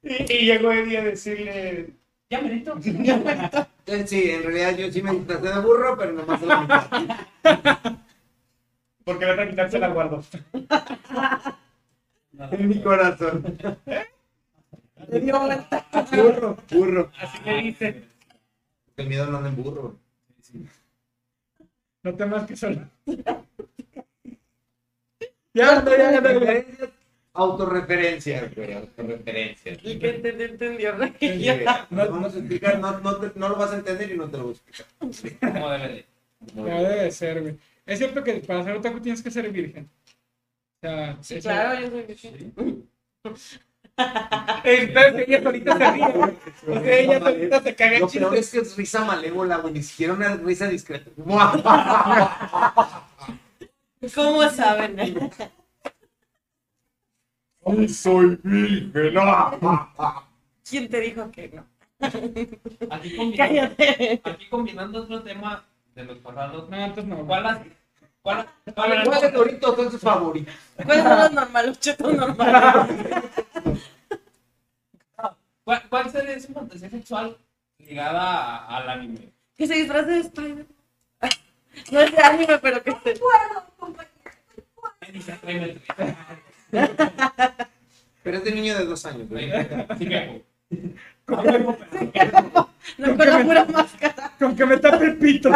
I: Y, y llegó Eddie a decirle, ya merito, ya merito.
F: Entonces, Sí, en realidad yo sí me disfrazé de burro, pero nomás a la mitad.
I: Porque la otra mitad se la guardó.
F: En mi corazón.
K: Te dio vuelta.
F: Burro, burro.
I: Así le dice,
F: El miedo no anda en burro.
H: No temas que solo. Ya, ya, ya, ya, ya.
F: Autorreferencia, güey, autorreferencia.
K: Y que te te entendió. ¿no?
F: Sí, güey. No, no, se explica, no, no, te- no lo vas a entender y no te lo voy a explicar.
I: como debe de.
F: Muy
H: Ya
F: bien.
H: debe de ser, güey. Es cierto que para ser otaku tienes que ser virgen. O sea,
K: Sí,
H: eso-
K: claro, yo soy virgen.
H: Entonces ella solita se ríe, güey. O sea, ella solita se caga en
F: Lo peor
H: chistes.
F: es que es risa malévola, güey, ni siquiera una risa discreta. ¡Mua!
K: ¿Cómo saben? eh?
F: Soy virgen. ¡Ah!
K: ¿Quién te dijo que no?
I: Aquí combinando,
K: Cállate.
I: aquí combinando otro tema de los pasados.
H: No, entonces no.
I: ¿Cuál las- cuál, cuál era el-
F: ¿Cuáles doritos son tus favoritos?
K: ¿Cuáles son los normales? Los chetos normales.
I: cuál- cuál sería su fantasía sexual ligada a- al anime?
K: Que se disfrace de Spider. No es de anime, pero que se.
I: Dice, "Tráeme el
F: Pero es de niño de dos años, güey.
I: tren". Sí, viejo.
K: No con la pura máscara.
H: Con que me tape el pito.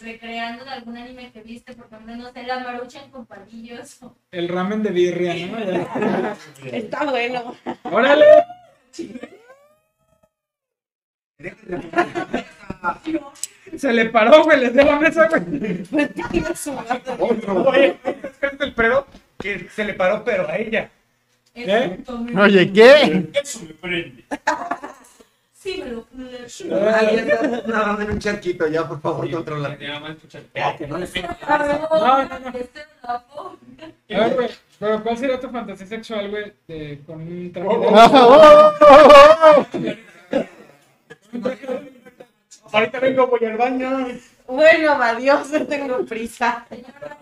K: recreando de algún anime que viste, por ejemplo, no sé, la maruchan con palillos. o-
H: El ramen de birria, ¿no? Ya.
G: Está bueno.
H: ¡Órale! Se le paró, güey, les dio la mesa, güey. Oye, es el pero que se le paró, pero a ella. ¿Eh?
J: Oye, ¿qué?
H: Eso me prende.
K: Sí, pero...
F: Ah, ya está. No, en un charquito, ya, por favor, controla. no le
K: No, no, no.
O: este
H: A ver, güey, pero ¿cuál sería tu fantasía sexual, güey? de- Con un traje
J: Oh, oh, oh,
H: Ahorita vengo, voy al baño.
G: Bueno, adiós, no tengo prisa.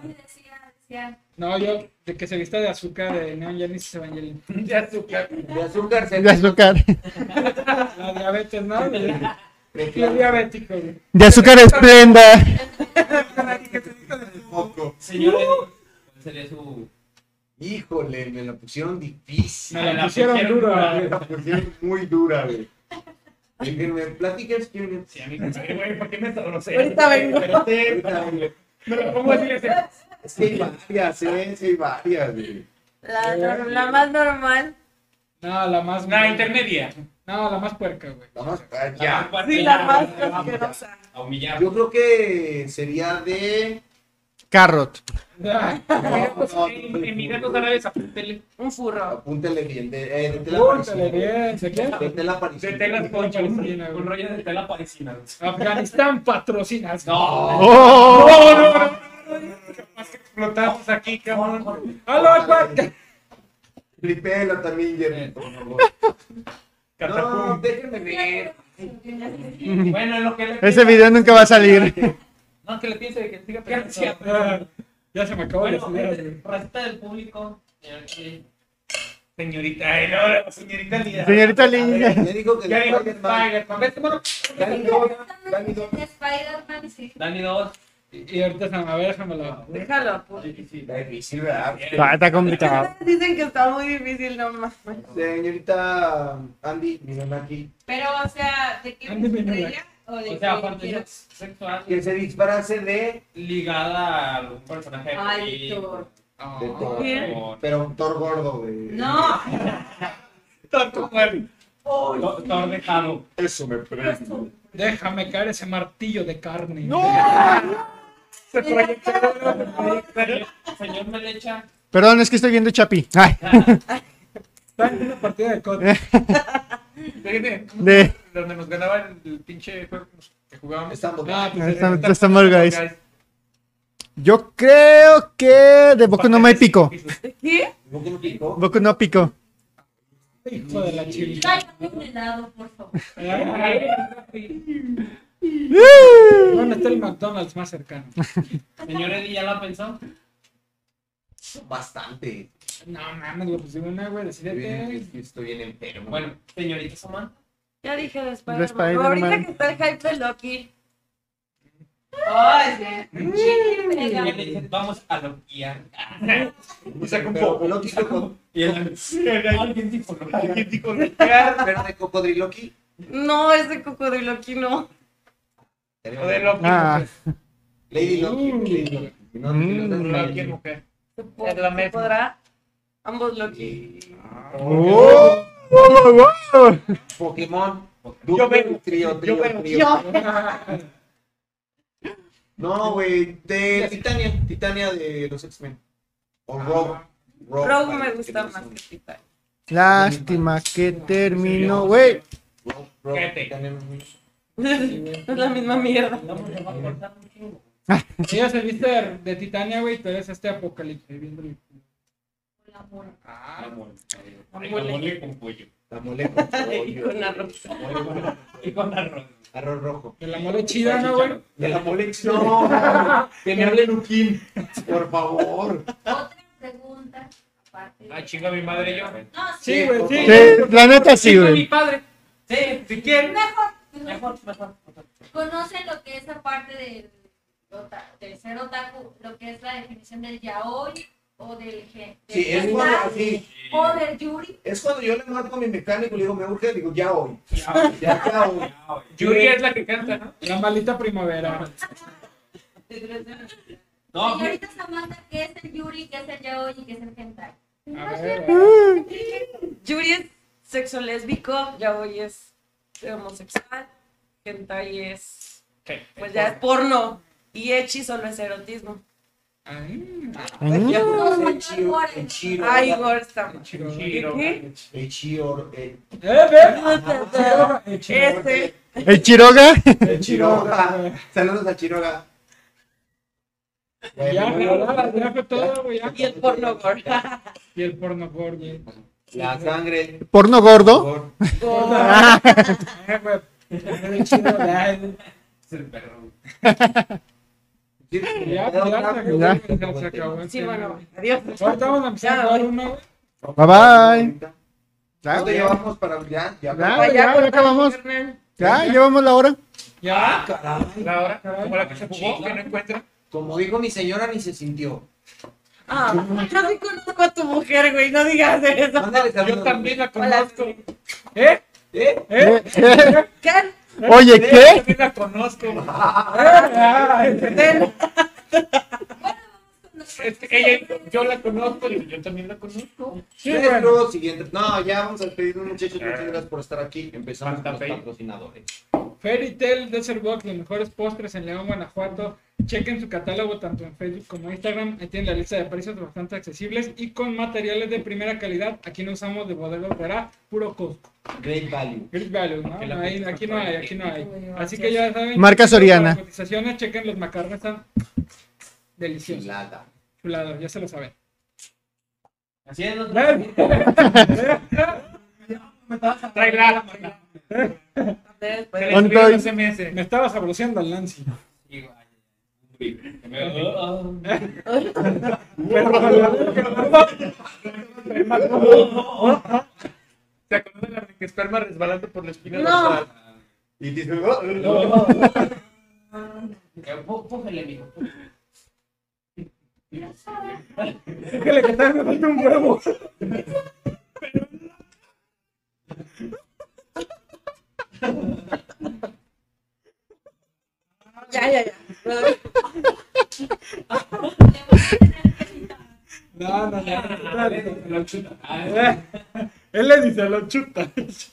K: decía,
H: No, yo, de que se vista de azúcar de Neon Janis Evangelion. De azúcar. De
F: azúcar,
J: De azúcar.
H: La diabetes, ¿no? La diabético, güey.
J: De azúcar esplenda.
I: Señor,
K: Uh.
I: ¿cuál sería su.
F: Híjole, me la pusieron difícil.
I: Me la pusieron dura.
F: Me la pusieron muy dura, güey. Díganme, platíquenme quién es.
I: Sí, a mí güey, ¿por qué me sé?
G: Ahorita vengo.
H: Me lo pongo así, así.
F: Es que hay varias, eh, sí hay varias, güey.
G: La, nor- la más normal.
H: No, la más.
I: La intermedia.
H: No, la más puerca, güey.
F: La más ya.
G: Sí, la más asquerosa.
I: A humillar.
F: Yo creo que sería de.
J: Carrot.
H: Ah,
I: Emiratos Árabes, apúntele.
G: Un furro.
F: Apúntale bien, de, eh, de tela
H: Púntale
F: parisina.
H: bien, ¿se quiere?
F: De tela parisina.
I: De telas pues, poncho.
H: Parisina, güey.
I: Un rollo de tela parisina.
H: Afganistán patrocina.
I: No.
J: Oh,
H: no, no, no, no. Capaz que explotamos aquí, cabrón. ¡Aló, Akbar!
F: Flipelo también, Jeremy, por favor. No,
I: Catapum.
F: déjenme ver.
I: Bueno, en lo que le
J: oh. Ese video nunca va a salir.
I: No, que le piense que siga
H: Ah,
I: pensando.
H: Ya se me acabó
I: Bueno,
H: la
I: gente, receta del público. Eh, Señorita, ay, no, señorita Lida.
J: Señorita
F: Ya
J: Linda.
F: digo que
I: Ya dijo que
F: Spider-Man.
I: Spider-Man. Vete, mano.
F: Dani Dog, Dani Dog.
K: de Spider-Man, sí.
I: Dani 2.
H: Y ahorita se me a ver, déjamelo.
G: Déjalo. apunto.
F: Está difícil, ¿verdad?
J: Está, Ah, está complicado.
G: Dicen que está muy difícil, no mames.
F: Señorita Andy, miren aquí.
L: Pero, o sea, ¿de qué
H: Andy Mendoza.
L: estrella? ¿O de
I: O sea,
L: qué
I: fantasía
L: quieres?
I: sexual
F: Que se disfrace de.
I: ligada a algún personaje. de
L: Ay,
I: película.
L: Thor.
H: Ah,
F: de Thor.
G: ¿Quién?
I: Thor.
F: Pero un Thor gordo, güey.
L: No,
H: Thor, como él.
I: Thor- Thor de Halo.
F: Eso me prende.
H: Déjame caer ese martillo de carne.
L: se proyectó.
I: Señor Melecha.
J: Perdón, es que estoy viendo Chapi. Ay,
H: Está en una partida de COD.
I: Fíjate,
J: de.
I: Donde nos ganaban el pinche juego que jugábamos.
F: Estando
H: Ah, pues,
J: Estamos,
H: eh,
J: estamos, guys. Yo creo que de Boku no me pico.
G: ¿Qué?
F: ¿No que no picó?
J: Boku no pico.
H: Hijo de la ¿Eh? chile.
K: Tráigame un helado, por favor.
H: ¿Dónde está el McDonald's más cercano?
I: Señor Eddie, ¿ya la pensó?
F: Bastante.
H: No mames, lo pusieron una, güey,
F: Estoy
H: decidete.
F: bien, estoy bien enfermo.
I: Bueno, señorita Samantha.
G: Ya dije de Spider-Man.
J: De Spider-Man.
G: Ahorita que está el hype de Loki.
L: Oye,
I: Y
K: Venga.
I: le dicen, vamos a lo guiar.
F: o sea, como Loki con
I: Y él, "Sí, alguien dijo lo guiar".
F: verde cocodriloqui.
G: No, es de cocodrilo Loki, no.
I: O de lo-
J: Ah,
F: Lady Loki. Lady Loki. No, no, no, no, no, no,
I: Cualquier
F: no.
I: mujer.
G: ¿Se
I: Es la misma.
G: podrá? Ambos Loki.
J: oh, oh, oh.
F: Pokémon.
H: Yo veo,
F: Trío, trío,
H: yo veo.
F: trío. No, güey, de Titania, Titania de los X-Men. O Rogue.
G: Rogue
F: para
G: me
F: los que
G: gusta
F: no
G: más
F: son.
G: que Titan.
J: Lástima que terminó, güey.
F: Rogue, Rogue,
I: Fíjate.
F: Titania me gusta.
G: es la misma mierda.
H: Si ya se viste de, de Titania, güey, tú eres este apocalipsis. Viendo el...
K: La mora.
H: Ah,
I: Mole con pollo.
F: La mole con
G: Y con
F: pollo.
G: arroz.
F: La mole con-
I: Y con arroz.
F: Arroz rojo.
H: que la mole chida, ¿no, güey?
F: De la mole. No, que me hable Luquín. Por favor.
K: Otra pregunta, aparte. de-
I: Ah, chinga mi madre yo.
K: No, sí.
H: Sí, güey, sí.
J: Sí, la neta sí,
I: Chinga mi
J: güey.
I: padre. Sí, si quieren.
K: Mejor.
I: Mejor, mejor.
K: ¿Conocen lo que es aparte del, ota- del ser otaku, lo que es la definición del yaoi o del gen?
F: Sí, es cuando, así,
K: O del yuri.
F: es cuando yo le marco a mi mecánico y le digo, me urge, digo, ya hoy. Ya, ya hoy.
I: Yuri es la que canta, ¿no?
H: La malita primavera.
O: No, Señorita Samantha, ¿qué es el Yuri, qué es el Yaoi y qué es el Hentai?
G: Yuri es sexo lésbico, Yaoi es homosexual, Hentai es. Pues ya es porno. Y Echi solo es erotismo. Ay, Igor está mal.
H: Eh,
G: ¿Qué? Este.
J: ¿El Chiroga?
F: El Chiroga. Saludos a Chiroga.
H: Ya, ya, ya fue todo, güey. ya.
G: Y el porno gore.
H: Y el porno gore, güey.
F: La sangre.
J: ¿Porno gordo?
H: Ah. Eh, güey. Qué chido, ay.
K: Es el perro.
H: Ya, ya, se
J: Ya.
H: acabó, se acabó el
G: Sí,
H: tema.
G: bueno, adiós.
H: Ahorita vamos a empezar a
G: Ya,
H: jugar
G: hoy.
H: uno, güey.
J: Bye bye. Ya,
F: ¿Cuánto llevamos para ya? Ya,
J: ya, ya, ya acabamos.
G: carnal.
J: Ya, llevamos la hora.
H: Ya,
F: Caray.
H: la hora, como la que se jugó, que no encuentra.
F: Como dijo mi señora, ni se sintió.
G: Ah, yo sí conozco a tu mujer, güey. No digas eso.
F: Mándale saludos.
H: Yo también la
G: Hola.
H: conozco. ¿Eh? ¿Eh? ¿Eh?
G: ¿Qué?
J: Oye,
H: ¿Eh? Yo
J: ¿qué?
H: también la conozco.
G: Ten.
H: Es que ella, yo la conozco, y yo también la conozco.
F: Sí,
H: bueno.
F: bueno. siguiente. No, ya vamos a despedirnos, muchachos. Muchas gracias por estar aquí. Empezamos
K: Santa
F: con los
K: Fe.
F: patrocinadores.
H: Fairy Tail Desert Walk, los mejores postres en León, Guanajuato. Chequen su catálogo tanto en Facebook como en Instagram. Ahí tienen la lista de precios bastante accesibles y con materiales de primera calidad. Aquí no usamos de bodega operá, puro Costco.
F: Great Value.
H: Great value, ¿no? No hay- aquí no hay, aquí no hay. Así que ya saben.
J: Marca Soriana.
H: las cotizaciones, chequen los macarrones, están deliciosos.
F: Chulada.
H: Chulados, ya se lo saben.
K: Así es, los
H: Trae la marca.
G: Después.
H: Me
J: Antoy.
H: Me estaba sabroseando al Nancy. ¿Te acuerdas de la que esperma resbalando por la espina?
G: No.
F: Y dice, "Oh,
K: Póngale, mijo.
H: Déjale que tal, me falta un huevo.
G: Ya, ya, ya.
H: No, no, no. Él le dice, lo chuta.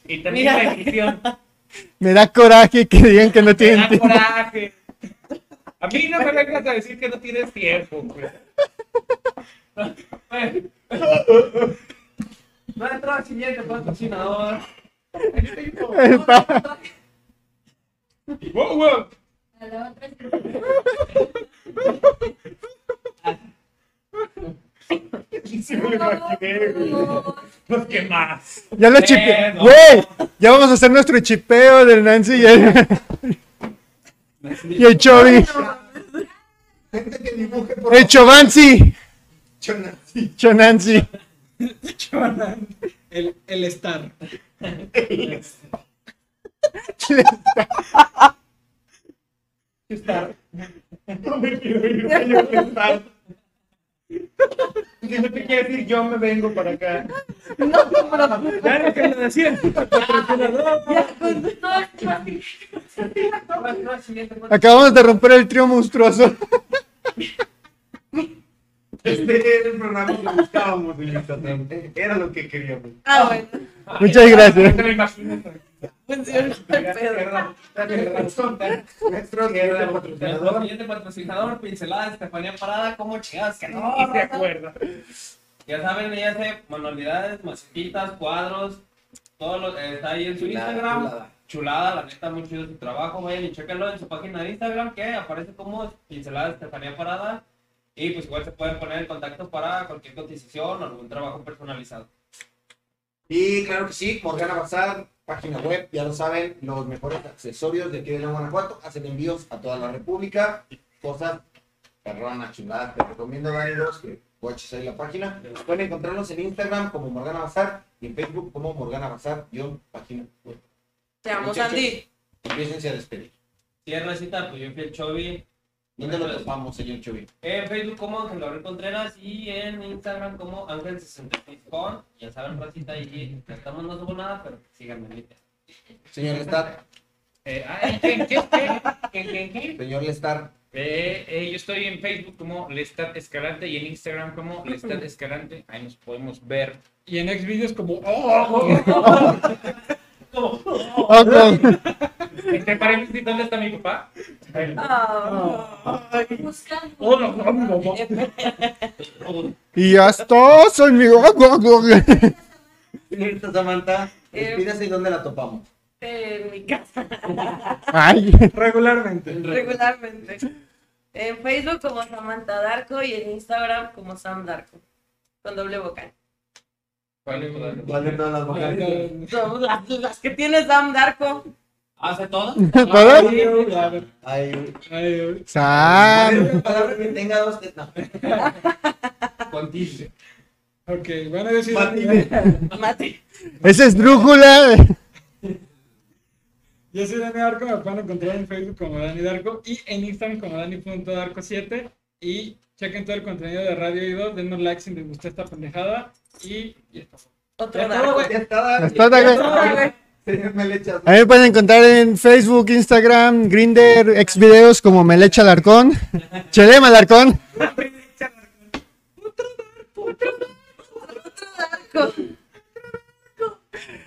K: Y también la edición.
J: Me da coraje que digan que no tienen
H: Da
J: tiempo.
H: coraje. A mí no me vengas a decir que no tienes tiempo, pues. güey.
K: Bueno. Nuestro siguiente patrocinador.
H: Wow, wow.
O: A la otra es
H: Pues, ¿qué más?
J: Ya lo
K: Eh,
J: chipe.
K: no.
J: Güey, ya vamos a hacer nuestro chipeo del Nancy y el, y el Chori.
F: Gente que dibuje por
J: El Chovansi.
F: Chona.
J: Chonansi.
H: Chonan. El, el Star. Star. No me quiero ir, me quiero ir, Star. Si no te quieres ir, yo me vengo para acá.
G: No, pero
H: Ya no quiero decir.
K: Nuestro siguiente patrocinador.
J: Acabamos de romper el trío monstruoso.
F: Este era el programa que buscábamos, Luisito. Era lo que queríamos.
G: Ah, bueno.
J: Muchas gracias.
H: Me imagino.
G: Funciona el pedo.
H: ¿eh?
F: Nuestro siguiente
K: Nuestro
F: patrocinador.
K: siguiente patrocinador, pincelada de Estefanía Parada, como chingadas que no.
H: Y se acuerda.
K: Ya saben, ella hace manualidades, macequitas, cuadros, todo lo eh, está ahí en su
F: Chulada,
K: Instagram.
F: chulada.
K: Chulada. la neta, muy chido su trabajo, vayan y chéquenlo en su página de Instagram, que aparece como Pincelada Estefanía Parada. Y pues igual se pueden poner en contacto para cualquier cotización o algún trabajo personalizado.
F: Y claro que sí, Morgana Bazar, página web, ya lo saben, los mejores accesorios de aquí de León, Guanajuato. Hacen envíos a toda la República. Cosas perronas, chuladas. Te recomiendo varios que coches ahí la página. Pueden encontrarnos en Instagram como Morgana Bazar y en Facebook como Morgana Bazar, guión, página web.
G: Te amo, Sandy.
F: Empiecen a despedir.
K: Si es recita, pues yo fui el Chovy.
F: ¿Dónde lo topamos, señor Chubi?
K: En Facebook como Ángel Gabriel Contreras y en Instagram como Ángel66con. Ya saben, racita, y estamos no subo nada, pero síganme. en Instagram.
F: Señor Lestar,
K: ah, Eh, ay, ¿qué, qué, qué? ¿Qué, qué, qué?
F: señor Lestar,
I: Eh, eh, yo estoy en Facebook como Lestat Escalante y en Instagram como Lestat Escalante. Ahí nos podemos ver.
H: Y en Xvideos como...
I: Como, Entre paréntesis, ¿dónde está mi papá? Él.
K: Oh,
H: no, no, no, no.
J: Y hasta soy mi...
F: Cierto, Samantha. Despídase y dónde la topamos.
G: En mi casa.
J: Ay.
H: Regularmente.
G: Regularmente. En Facebook como Samantha Darko y en Instagram como Sam Darko. Con doble vocal.
K: Mm.
F: ¿Cuál de todas las vocales?
G: Son Las, las que tiene Sam Darko.
I: ¿Hace todo?
J: ¿Todas?
F: Ay, Ah,
J: Sam.
F: palabra que tenga dos que- no.
I: Con tilde.
H: Ok, bueno, yo sí.
G: Mati.
J: Esa es drújula.
H: Yo soy Dani Darko, me pueden encontrar en Facebook como Dani Darko y en Instagram como Dani.darko7. Y chequen todo el contenido de Radio Ido, denos like si les gustó esta pendejada. Y ya está.
G: Otro
H: Ya todo,
G: Darko.
H: güey.
F: Ya está,
J: Ya Pues, está, Eh,
F: ya
J: güey.
F: está, güey. Sí, me le echas.
J: A mí me pueden encontrar en Facebook, Instagram, Grinder, Xvideos como Melecha Alarcón. Chelema Alarcón.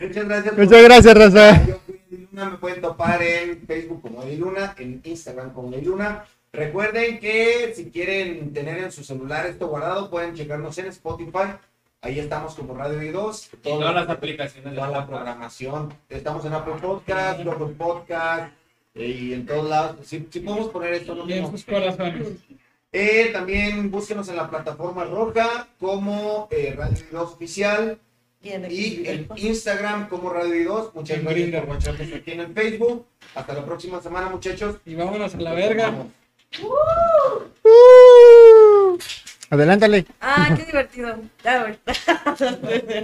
F: Muchas gracias. por-
J: Muchas gracias, Raza.
F: Yo fui Eddie Luna, me pueden topar en Facebook como Eddie Luna, en Instagram como Eddie Luna. Recuerden que si quieren tener en su celular esto guardado, pueden checarnos en Spotify. Ahí estamos como Radio I2.
I: Y todas las aplicaciones de
F: Toda la programación. Estamos en Apple Podcast, Google Podcast eh, y en todos lados. Si, si podemos poner esto, lo
H: Y en
F: mismo.
H: sus corazones.
F: Eh, también búsquenos en la plataforma roja como eh, Radio I2 Oficial.
G: Y en
F: Y en
G: Xvideos.
F: Instagram como Radio I2. Muchas
H: En
F: gracias
H: Grindr.
F: por guacharnos aquí en el Facebook. Hasta la próxima semana, muchachos.
H: Y vámonos a la verga.
F: Vamos.
J: Uh. Adelántale.
G: Ah, qué divertido. Ya, güey.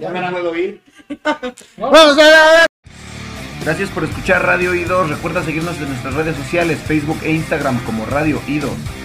F: Ya me puedo ir.
J: Vamos a la
F: Gracias por escuchar Radio I2. Recuerda seguirnos en nuestras redes sociales, Facebook e Instagram como Radio I2.